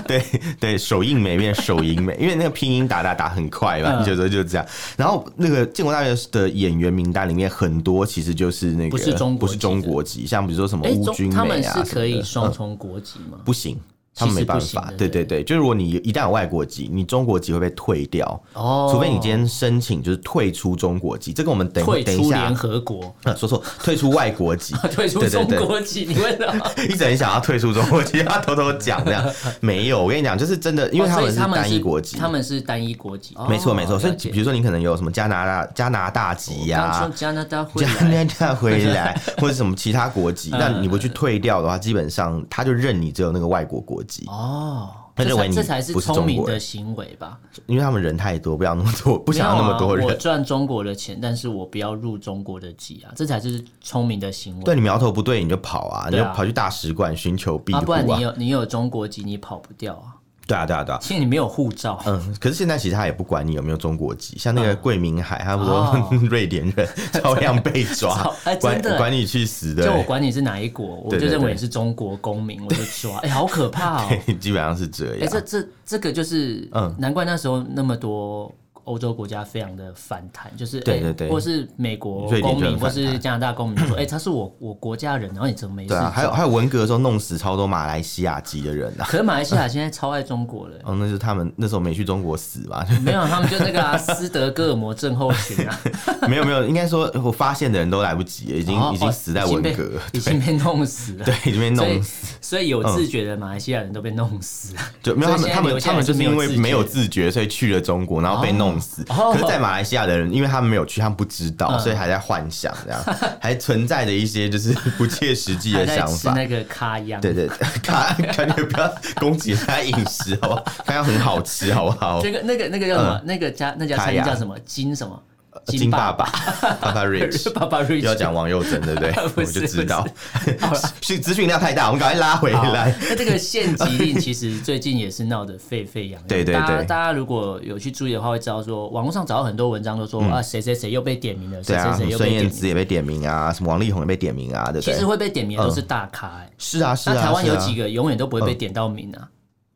[SPEAKER 2] 对对，首映没变首映没，因为那个拼音打打打很快嘛，
[SPEAKER 1] 嗯
[SPEAKER 2] 有时候就这样。然后那个建国大业的演员名单里面很多其实就是那个
[SPEAKER 1] 不是中国籍的
[SPEAKER 2] 不是中国籍，像比如说什么
[SPEAKER 1] 哎、
[SPEAKER 2] 乌
[SPEAKER 1] 中
[SPEAKER 2] 军
[SPEAKER 1] 他
[SPEAKER 2] 美
[SPEAKER 1] 们
[SPEAKER 2] 啊
[SPEAKER 1] 是
[SPEAKER 2] 什么
[SPEAKER 1] 可以
[SPEAKER 2] 的
[SPEAKER 1] 双重国籍吗？
[SPEAKER 2] 不行，他们
[SPEAKER 1] 其实
[SPEAKER 2] 没办
[SPEAKER 1] 不行
[SPEAKER 2] 法。
[SPEAKER 1] 对
[SPEAKER 2] 对
[SPEAKER 1] 对
[SPEAKER 2] 对对，就如果你一旦有外国籍，你中国籍会被退掉，
[SPEAKER 1] 哦
[SPEAKER 2] 除非你今天申请就是退出中国籍。这个我们等
[SPEAKER 1] 退
[SPEAKER 2] 等一
[SPEAKER 1] 出
[SPEAKER 2] 下
[SPEAKER 1] 联。
[SPEAKER 2] *laughs*
[SPEAKER 1] 合国，，
[SPEAKER 2] 呃，说错，退出外国籍
[SPEAKER 1] *laughs* 退出
[SPEAKER 2] 对
[SPEAKER 1] 中
[SPEAKER 2] 对对
[SPEAKER 1] 国籍，你为什么？
[SPEAKER 2] 一直很想要退出中国籍，他偷偷讲这样，
[SPEAKER 1] *laughs*
[SPEAKER 2] 没有。我跟你讲，就是真的，因为
[SPEAKER 1] 哦
[SPEAKER 2] 他
[SPEAKER 1] 所以
[SPEAKER 2] 们是
[SPEAKER 1] 他们
[SPEAKER 2] 单一国籍，
[SPEAKER 1] 他们是单一国籍，哦
[SPEAKER 2] 没错没错。所以
[SPEAKER 1] 了解
[SPEAKER 2] 比如说你可能有什么加拿大加拿大籍呀、
[SPEAKER 1] 刚从加拿大回
[SPEAKER 2] 加
[SPEAKER 1] 来，嗯
[SPEAKER 2] 拿大回来，
[SPEAKER 1] *laughs*
[SPEAKER 2] 或者什么其他国籍，那你不去退掉的话，基本上他就认你只有那个外国国籍。
[SPEAKER 1] 哦，
[SPEAKER 2] 他
[SPEAKER 1] 这
[SPEAKER 2] 认为
[SPEAKER 1] 才
[SPEAKER 2] 你
[SPEAKER 1] 这才是
[SPEAKER 2] 不是
[SPEAKER 1] 聪
[SPEAKER 2] 中
[SPEAKER 1] 明
[SPEAKER 2] 国
[SPEAKER 1] 的
[SPEAKER 2] 人
[SPEAKER 1] 行为吧？
[SPEAKER 2] 因为他们人太多，不要那么多， *laughs* 不
[SPEAKER 1] 不
[SPEAKER 2] 想要那么多人。
[SPEAKER 1] 啊我赚中国的钱，但是我不要入中国的籍啊，这才是聪明的行为。
[SPEAKER 2] 对你苗头不对，你就跑啊，你
[SPEAKER 1] 对
[SPEAKER 2] 就
[SPEAKER 1] 啊
[SPEAKER 2] 跑去大使馆寻求庇
[SPEAKER 1] 啊，
[SPEAKER 2] 护
[SPEAKER 1] 不然你
[SPEAKER 2] 啊。
[SPEAKER 1] 有你有中国籍，你跑不掉啊，
[SPEAKER 2] 对啊，对啊，对啊。
[SPEAKER 1] 其实你没有护照。
[SPEAKER 2] 嗯，可是现在其实他也不管你有没有中国籍，像那个桂明海，他不
[SPEAKER 1] 嗯哦
[SPEAKER 2] 说 *laughs* 瑞典
[SPEAKER 1] *laughs*
[SPEAKER 2] 人照样被抓
[SPEAKER 1] 照 *laughs* 哎，
[SPEAKER 2] 管
[SPEAKER 1] 真的
[SPEAKER 2] 管你去死
[SPEAKER 1] 就我
[SPEAKER 2] 的，
[SPEAKER 1] 管你是哪一国，我
[SPEAKER 2] 对
[SPEAKER 1] 就
[SPEAKER 2] 对
[SPEAKER 1] 认为
[SPEAKER 2] 对
[SPEAKER 1] 你是中国公民，我就抓。哎，好可怕哦！
[SPEAKER 2] *laughs* 基本上是这
[SPEAKER 1] 哎，
[SPEAKER 2] 样
[SPEAKER 1] 这。这这个就是，
[SPEAKER 2] 啊嗯
[SPEAKER 1] 难怪那时候那么多欧洲国家非常的反弹，就是哎
[SPEAKER 2] 对对对
[SPEAKER 1] 或是美国
[SPEAKER 2] 瑞典
[SPEAKER 1] 公
[SPEAKER 2] 就很
[SPEAKER 1] 民，或
[SPEAKER 2] 反弹
[SPEAKER 1] 是加拿大公民就说，哎，他是我我国家人，然后你怎么没事
[SPEAKER 2] 对啊，
[SPEAKER 1] 做？
[SPEAKER 2] 还有还有文革的时候弄死超多马来西亚籍的人啊，
[SPEAKER 1] 可是马来西亚现在超爱中国了。
[SPEAKER 2] 哦，那就是他们那时候没去中国死嘛，
[SPEAKER 1] 没有，他们就那个啊，斯德哥尔摩症候群啊，
[SPEAKER 2] *laughs* 没有没有，应该说我发现的人都来不及了，已经
[SPEAKER 1] 哦
[SPEAKER 2] 已经死在
[SPEAKER 1] 已经
[SPEAKER 2] 文
[SPEAKER 1] 被
[SPEAKER 2] 革， *laughs*
[SPEAKER 1] 已经被弄死了。
[SPEAKER 2] 对，已经被
[SPEAKER 1] 所以
[SPEAKER 2] 弄死。嗯
[SPEAKER 1] 所以有自觉的马来西亚人都被弄死了。
[SPEAKER 2] 就没有他
[SPEAKER 1] 所
[SPEAKER 2] 们，
[SPEAKER 1] 以现在
[SPEAKER 2] 他们
[SPEAKER 1] 留下
[SPEAKER 2] 他
[SPEAKER 1] 来
[SPEAKER 2] 们就是因为
[SPEAKER 1] 是
[SPEAKER 2] 没
[SPEAKER 1] 没
[SPEAKER 2] 有
[SPEAKER 1] 有
[SPEAKER 2] 自觉，所以去了中国，然后被弄死。
[SPEAKER 1] 哦
[SPEAKER 2] 可是，在马来西亚的人，因为他们没有去，他们不知道，
[SPEAKER 1] 嗯
[SPEAKER 2] 所以还在幻想，这样 *laughs* 还存在着一些就是 *laughs* 不切实际
[SPEAKER 1] 还
[SPEAKER 2] 的
[SPEAKER 1] 在
[SPEAKER 2] 想
[SPEAKER 1] 吃
[SPEAKER 2] 法。
[SPEAKER 1] 那个咖央。
[SPEAKER 2] 对对， *laughs* 对感感觉不要攻击他饮食，好不好？他要很好吃，好不好？
[SPEAKER 1] 这个那个那个叫什
[SPEAKER 2] 嗯
[SPEAKER 1] 么？那个家那家餐厅叫什么？金什么？
[SPEAKER 2] 呃金爸
[SPEAKER 1] 爸
[SPEAKER 2] 爸，，爸
[SPEAKER 1] *laughs*
[SPEAKER 2] 爸 rich。
[SPEAKER 1] 爸爸瑞
[SPEAKER 2] 又要讲王佑真，对不对？
[SPEAKER 1] *laughs* 不
[SPEAKER 2] 我
[SPEAKER 1] 是
[SPEAKER 2] 就知道， *laughs* 是资讯量太大，我们赶快拉回来。
[SPEAKER 1] 那这个限集令其实最近也是闹得沸沸扬扬。
[SPEAKER 2] *laughs* 对对对
[SPEAKER 1] 大家大家如果有去注意的话，会知道说，网络上找到很多文章都说啊，谁谁谁又被点名了，
[SPEAKER 2] 嗯对
[SPEAKER 1] 谁谁
[SPEAKER 2] 啊，什
[SPEAKER 1] 谁
[SPEAKER 2] 么
[SPEAKER 1] 又被
[SPEAKER 2] 孙
[SPEAKER 1] 点
[SPEAKER 2] 燕
[SPEAKER 1] 名
[SPEAKER 2] 姿
[SPEAKER 1] 了。
[SPEAKER 2] 也被点名啊，什么王力宏也被点名啊，对不
[SPEAKER 1] 其实
[SPEAKER 2] 对？
[SPEAKER 1] 会被点名的都是大咖，哎
[SPEAKER 2] 是啊，是
[SPEAKER 1] 那
[SPEAKER 2] 啊。
[SPEAKER 1] 台湾有
[SPEAKER 2] 是啊
[SPEAKER 1] 几个永远都不会被点到名啊？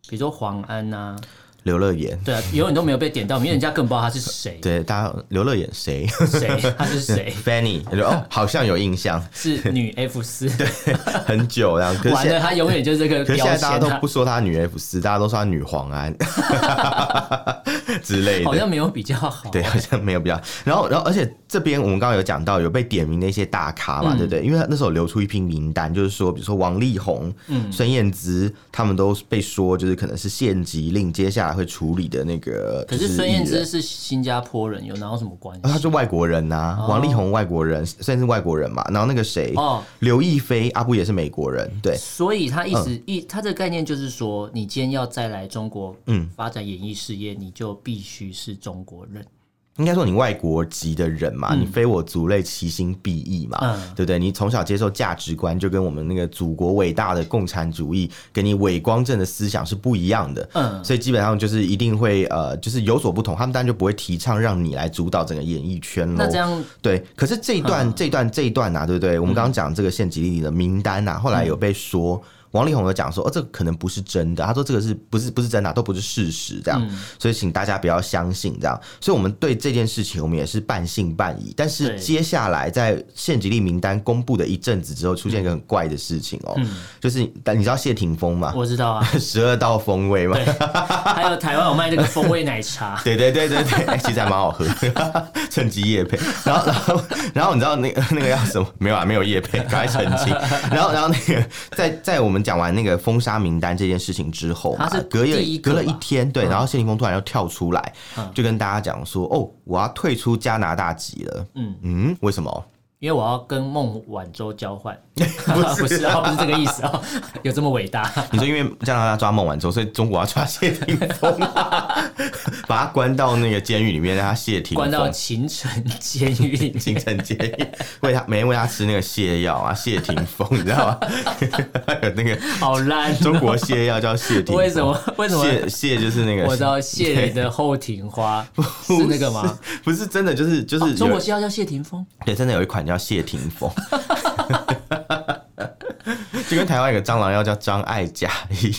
[SPEAKER 1] 比如说黄安呐、
[SPEAKER 2] 刘乐言，
[SPEAKER 1] 对啊，永远都没有被点到名，因为人家更不知道他是谁，
[SPEAKER 2] 对，大家刘乐演
[SPEAKER 1] *laughs*
[SPEAKER 2] 谁
[SPEAKER 1] 谁他是谁，
[SPEAKER 2] ？Fanny，他
[SPEAKER 1] *laughs*
[SPEAKER 2] 说哦，好像有印象， *laughs*
[SPEAKER 1] 是女 F 四，
[SPEAKER 2] 很久了。可是
[SPEAKER 1] 完
[SPEAKER 2] 现
[SPEAKER 1] 了
[SPEAKER 2] 在，
[SPEAKER 1] 他永远就是这个
[SPEAKER 2] 可是
[SPEAKER 1] 标
[SPEAKER 2] 现在大
[SPEAKER 1] 签，啊
[SPEAKER 2] 家都
[SPEAKER 1] 他
[SPEAKER 2] 不说她女 F 四，大家都说她女
[SPEAKER 1] *laughs*
[SPEAKER 2] 黄安 *laughs* 之类
[SPEAKER 1] 好
[SPEAKER 2] 的。
[SPEAKER 1] 像没有比较好。啊
[SPEAKER 2] 对，好像没有比较。然后，然后，而且这边我们刚刚有讲到有被点名的一些大咖
[SPEAKER 1] 嗯
[SPEAKER 2] 嘛，对不对？因为他那时候流出一批名单，就是说，比如说王力宏、
[SPEAKER 1] 嗯
[SPEAKER 2] 孙燕姿，他们都被说就是可能是县级令接下来会处理的那个。
[SPEAKER 1] 可
[SPEAKER 2] 就是
[SPEAKER 1] 孙燕
[SPEAKER 2] 艺
[SPEAKER 1] 姿
[SPEAKER 2] 人
[SPEAKER 1] 是新加坡人，有哪有什么关
[SPEAKER 2] 啊，他
[SPEAKER 1] 系？
[SPEAKER 2] 是外国人呐、王力宏外国人，算是外国人嘛。然后那个谁，
[SPEAKER 1] 哦
[SPEAKER 2] 刘亦菲，阿布也是美国人，对
[SPEAKER 1] 所以他一
[SPEAKER 2] 嗯
[SPEAKER 1] 直一他的概念就是说，你今天要再来中国
[SPEAKER 2] 嗯
[SPEAKER 1] 发展演艺事业，你就必须是中国人。
[SPEAKER 2] 应该说你外国籍的人嘛，你非我族类，其心必异嘛，
[SPEAKER 1] 嗯
[SPEAKER 2] 对不对？你从小接受价值观，就跟我们那个祖国伟大的共产主义跟你伪光正的思想是不一样的，
[SPEAKER 1] 嗯
[SPEAKER 2] 所以基本上就是一定会呃，就是有所不同。他们当然就不会提倡让你来主导整个演艺圈喽。
[SPEAKER 1] 那这样
[SPEAKER 2] 对，可是这一段、
[SPEAKER 1] 嗯
[SPEAKER 2] 这一段、这一段啊，对不对？我们刚刚讲这个县级里的名单啊，后
[SPEAKER 1] 嗯
[SPEAKER 2] 来有被说。王力宏有讲说，哦，这个可能不是真的。他说这个是不是不是真的啊、都不是事实，这样，
[SPEAKER 1] 嗯
[SPEAKER 2] 所以请大家不要相信这样。所以我们对这件事情，我们也是半信半疑。但是
[SPEAKER 1] 对
[SPEAKER 2] 接下来在县级令名单公布的一阵子之后，出现
[SPEAKER 1] 嗯
[SPEAKER 2] 一个很怪的事情哦，就是但你知道谢霆锋嘛，
[SPEAKER 1] 我知道啊，
[SPEAKER 2] *laughs* 十二道风味嘛，，
[SPEAKER 1] 还有台湾有卖那个风味奶茶
[SPEAKER 2] 对对对对
[SPEAKER 1] *laughs*
[SPEAKER 2] 对，哎其实还蛮好喝， *laughs* 趁机夜配。然后然后然后你知道那个 *laughs* 那个要什么？没有啊，没有夜配， *laughs* 赶快澄清。然后然后那个在在我们讲完那个封杀名单这件事情之后嘛
[SPEAKER 1] 他是
[SPEAKER 2] 隔夜
[SPEAKER 1] 第一个嗯
[SPEAKER 2] 隔了
[SPEAKER 1] 吧
[SPEAKER 2] 一天，对，然后谢霆锋突然又跳出来，就跟大家讲说：“哦，我要退出加拿大籍了。”嗯嗯，为什么？
[SPEAKER 1] 因为我要跟孟晚舟交换， *laughs* 不是啊，不是这个意思啊，有这么伟大？
[SPEAKER 2] 你说因为加拿大抓孟晚舟，所以中国要抓谢霆锋， *laughs* 把他关到那个监狱里面，让他谢霆锋
[SPEAKER 1] 关到秦城监狱里
[SPEAKER 2] 精
[SPEAKER 1] 面。
[SPEAKER 2] 神监狱， *laughs* 喂他每天喂他吃那个泻药啊，谢霆锋， *laughs* 你知道吗？有那个
[SPEAKER 1] 好烂哦、
[SPEAKER 2] 中国泻药叫谢霆锋，
[SPEAKER 1] 为什么为什么
[SPEAKER 2] 谢谢就是那个，
[SPEAKER 1] 我知
[SPEAKER 2] *laughs*
[SPEAKER 1] 道谢你的后庭花是那个吗？哦
[SPEAKER 2] 不是真的，就是就是有
[SPEAKER 1] 中国西药叫谢霆锋，
[SPEAKER 2] 对，真的有一款叫谢霆锋。 *laughs* 就跟台湾有个蟑螂药叫张艾嘉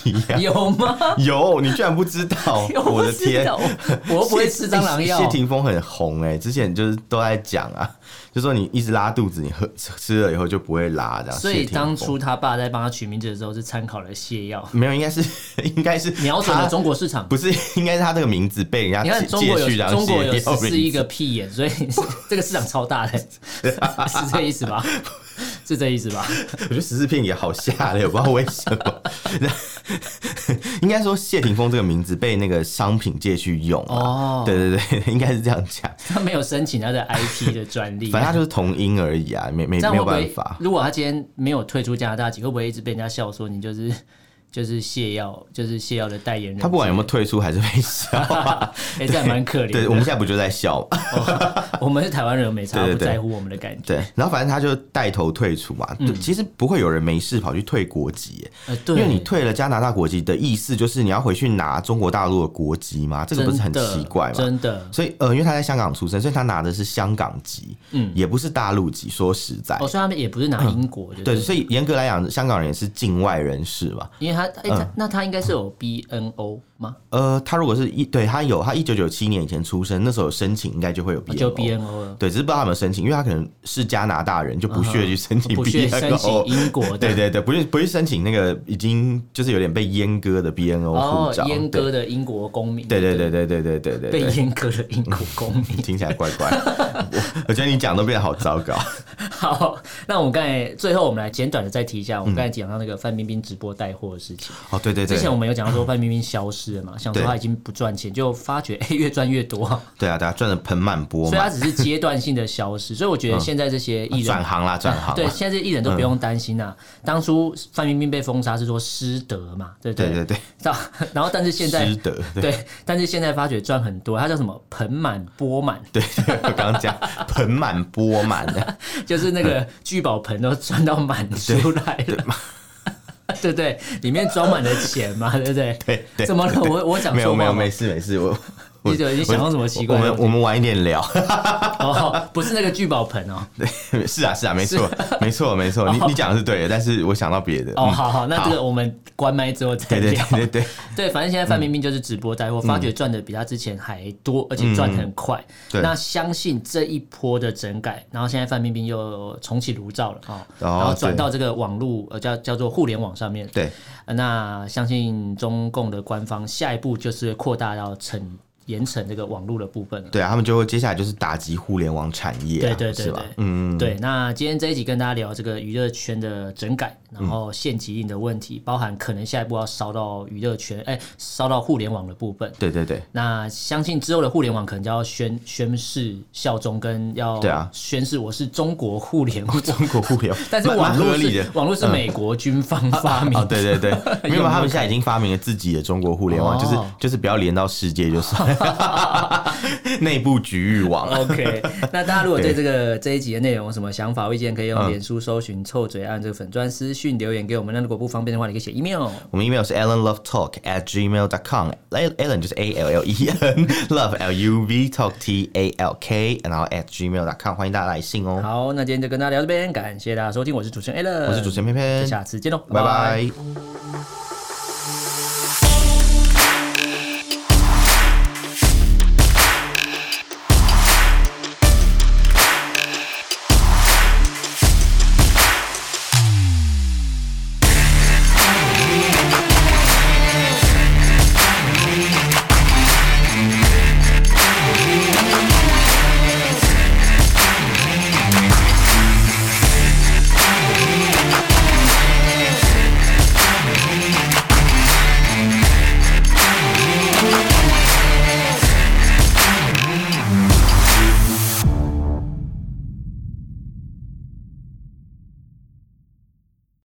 [SPEAKER 2] 一
[SPEAKER 1] *laughs*
[SPEAKER 2] 样，
[SPEAKER 1] 有吗？，
[SPEAKER 2] 有你居然不知道
[SPEAKER 1] *laughs* 我
[SPEAKER 2] 我
[SPEAKER 1] 不
[SPEAKER 2] 的
[SPEAKER 1] 知
[SPEAKER 2] 天
[SPEAKER 1] 道，！我又不会吃蟑螂药。
[SPEAKER 2] 谢谢霆锋很红哎、之前就是都在讲啊，就说你一直拉肚子，你喝吃了以后就不会拉这样。
[SPEAKER 1] 所以
[SPEAKER 2] 谢霆锋
[SPEAKER 1] 当初他爸在帮他取名字的时候，是参考了泻药，
[SPEAKER 2] 没有，应该是应该是
[SPEAKER 1] 瞄准了
[SPEAKER 2] 他
[SPEAKER 1] 中国市场。
[SPEAKER 2] 不是应该是他这个名字被人家
[SPEAKER 1] 你看
[SPEAKER 2] 借
[SPEAKER 1] 中国
[SPEAKER 2] 借去
[SPEAKER 1] 有
[SPEAKER 2] 当
[SPEAKER 1] 中国
[SPEAKER 2] 谢
[SPEAKER 1] 有
[SPEAKER 2] 霆
[SPEAKER 1] 十
[SPEAKER 2] 锋
[SPEAKER 1] 四亿个屁眼，
[SPEAKER 2] *laughs*
[SPEAKER 1] 所以这个市场超大的，是这意思吧？是这意思吧？
[SPEAKER 2] 我觉得十四片也好吓人，我不知道为什么。 *laughs* 应该说谢霆锋这个名字被那个商品借去用
[SPEAKER 1] 哦
[SPEAKER 2] 哦，对对对，应该是这样讲。
[SPEAKER 1] 他没有申请他的 IP 的专利，
[SPEAKER 2] 反正他就是同音而已啊，没没
[SPEAKER 1] 这样
[SPEAKER 2] 没
[SPEAKER 1] 会
[SPEAKER 2] 有
[SPEAKER 1] 不
[SPEAKER 2] 办
[SPEAKER 1] 会
[SPEAKER 2] 法？。
[SPEAKER 1] 如果他今天没有退出加拿大籍，会不会一直被人家笑说你就是就是泻药，就是泻药的代言人？
[SPEAKER 2] 他不管有没有退出，还是被笑、啊。
[SPEAKER 1] 哎、这样蛮可怜的。
[SPEAKER 2] *laughs* 对，我们现在不就在笑吗？ *laughs*
[SPEAKER 1] 我们是台湾人，没差，
[SPEAKER 2] 对对
[SPEAKER 1] 不
[SPEAKER 2] 对
[SPEAKER 1] 在乎我们的感觉。
[SPEAKER 2] 对，然后反正他就带头退出嘛。对，其实不会有人没事跑去退国籍耶，
[SPEAKER 1] 呃，
[SPEAKER 2] 因
[SPEAKER 1] 嗯对，
[SPEAKER 2] 为你退了加拿大国籍的意思就是你要回去拿中国大陆的国籍嘛，这个不是很
[SPEAKER 1] 真的
[SPEAKER 2] 奇怪吗？
[SPEAKER 1] 真的。
[SPEAKER 2] 所以呃，因为他在香港出生，所以他拿的是香港籍，嗯，也不是大陆籍。说实在，
[SPEAKER 1] 哦，所以他们也不是拿英国的，
[SPEAKER 2] 嗯对，所以严格来讲，香港人也是境外人士嘛。
[SPEAKER 1] 因为他，哎、
[SPEAKER 2] 嗯
[SPEAKER 1] 他那他应该是有 BNO 吗？
[SPEAKER 2] 呃，他如果是一对他有他一九九七年以前出生，那时候有申请应该就会有 BNO，、
[SPEAKER 1] 哦啊就 BNO 了，
[SPEAKER 2] 对，只是不知道他有没有申请，因为他可能是加拿大人，就不屑去申请
[SPEAKER 1] 不屑申请
[SPEAKER 2] BNO。
[SPEAKER 1] 英国的，
[SPEAKER 2] *laughs* 对对对，不是不是申请那个已经就是有点被阉割的 BNO
[SPEAKER 1] 哦
[SPEAKER 2] 护照，，
[SPEAKER 1] 阉割的英国公民，
[SPEAKER 2] 对。对对对对对对对嗯
[SPEAKER 1] 被
[SPEAKER 2] 对对，
[SPEAKER 1] 阉割的英国公民。 *laughs*
[SPEAKER 2] 听起来怪怪。我我觉得你讲都变得好糟糕。
[SPEAKER 1] 好，那我们刚才最后我们来简短的再提一下，我们刚才讲到那个范冰冰直播带货的事情。
[SPEAKER 2] 哦，对嗯对对，
[SPEAKER 1] 之前我们有讲到说范冰冰消失了嘛，想说
[SPEAKER 2] 对
[SPEAKER 1] 她已经不赚钱，就发觉哎、越赚越多，
[SPEAKER 2] 对啊对啊，赚的盆满钵
[SPEAKER 1] 所以
[SPEAKER 2] 满
[SPEAKER 1] 她。只是阶段性的消失。所以我
[SPEAKER 2] 嗯
[SPEAKER 1] 觉得现在这些艺人
[SPEAKER 2] 转行啦，转行啦。
[SPEAKER 1] 对，现在这些艺人都不用担心啊。当初范冰冰被封杀是说失德嘛，对不
[SPEAKER 2] 对
[SPEAKER 1] 对
[SPEAKER 2] 对对，
[SPEAKER 1] 到然后但是现在
[SPEAKER 2] 失德。对
[SPEAKER 1] 对，但是现在发觉赚很多，他叫什么盆满钵满， *laughs*
[SPEAKER 2] 对，对我刚刚讲盆满钵满的，
[SPEAKER 1] 就是那个聚宝盆都赚到满出来了。 *laughs* 对不对，里面装满了钱嘛，对不对？
[SPEAKER 2] *laughs* 对对
[SPEAKER 1] 怎么了？我我讲
[SPEAKER 2] 没有
[SPEAKER 1] 错
[SPEAKER 2] 没
[SPEAKER 1] 话
[SPEAKER 2] 有
[SPEAKER 1] 吗
[SPEAKER 2] 没？事没事，我我
[SPEAKER 1] 你怎么你想到什么奇怪
[SPEAKER 2] 我
[SPEAKER 1] 的
[SPEAKER 2] 们我们晚一点聊。
[SPEAKER 1] 哦，不是那个聚宝盆哦。
[SPEAKER 2] 对， *laughs* 是啊是啊，没错没错没错，你你讲的是对的，但是我想到别的。
[SPEAKER 1] 哦，
[SPEAKER 2] 嗯
[SPEAKER 1] 好好，那这个我们关麦之后再
[SPEAKER 2] 对对
[SPEAKER 1] 聊。
[SPEAKER 2] 对对嗯对，
[SPEAKER 1] 对，反正现在范冰冰就是直播带货，发觉赚的比她之前还多，而且赚
[SPEAKER 2] 嗯
[SPEAKER 1] 得很快。
[SPEAKER 2] 对
[SPEAKER 1] 那相信这一波的整改，然后现在范冰冰又重启炉灶了哦，
[SPEAKER 2] 哦
[SPEAKER 1] 然后转
[SPEAKER 2] 对
[SPEAKER 1] 到这个网络呃叫叫做互联网上面。
[SPEAKER 2] 对
[SPEAKER 1] 呃那相信中共的官方下一步就是扩大到惩严惩这个网络的部分了。
[SPEAKER 2] 对啊，他们就会接下来就是打击互联网产业啊，
[SPEAKER 1] 对对对
[SPEAKER 2] 是
[SPEAKER 1] 对
[SPEAKER 2] 吧？嗯，
[SPEAKER 1] 对，那今天这一集跟大家聊这个娱乐圈的整改，然后限极令的问题，包含可能下一步要烧到娱乐圈，哎，烧到互联网的部分。
[SPEAKER 2] 对对对
[SPEAKER 1] 那相信之后的互联网可能就要宣宣誓效忠，跟要
[SPEAKER 2] 对啊
[SPEAKER 1] 宣誓我是中国互联
[SPEAKER 2] *laughs*
[SPEAKER 1] 网。，
[SPEAKER 2] 中国互联网
[SPEAKER 1] *laughs* 但是
[SPEAKER 2] 蛮
[SPEAKER 1] 网
[SPEAKER 2] 蛮
[SPEAKER 1] 络
[SPEAKER 2] 合理
[SPEAKER 1] 是
[SPEAKER 2] 的。嗯
[SPEAKER 1] 网络是美国军方发明
[SPEAKER 2] *laughs* 哦，对
[SPEAKER 1] *laughs*
[SPEAKER 2] 对对，没有吧，他们现在已经发明了自己的中国互联网，
[SPEAKER 1] 哦
[SPEAKER 2] 就是就是不要连到世界就算了， *laughs* 内部局域网。啊
[SPEAKER 1] OK，那大家如果对这个这一集的内容有什么想法、意见，可以
[SPEAKER 2] 嗯
[SPEAKER 1] 用脸书搜寻“臭嘴案”这个粉砖私讯留言给我们。那如果不方便的话，你可以写 email。
[SPEAKER 2] 我们 email 是 allenlovetalk at gmail dot com。Allen 就是 A L L E N *laughs* love L U V talk T A L K，然后 at gmail dot com，欢迎大家来信哦。
[SPEAKER 1] 好，那今天就跟大家聊到这边，感谢大家收听，我是主持人 a l
[SPEAKER 2] 我是主持人偏偏，
[SPEAKER 1] 下次见喽，
[SPEAKER 2] 拜拜。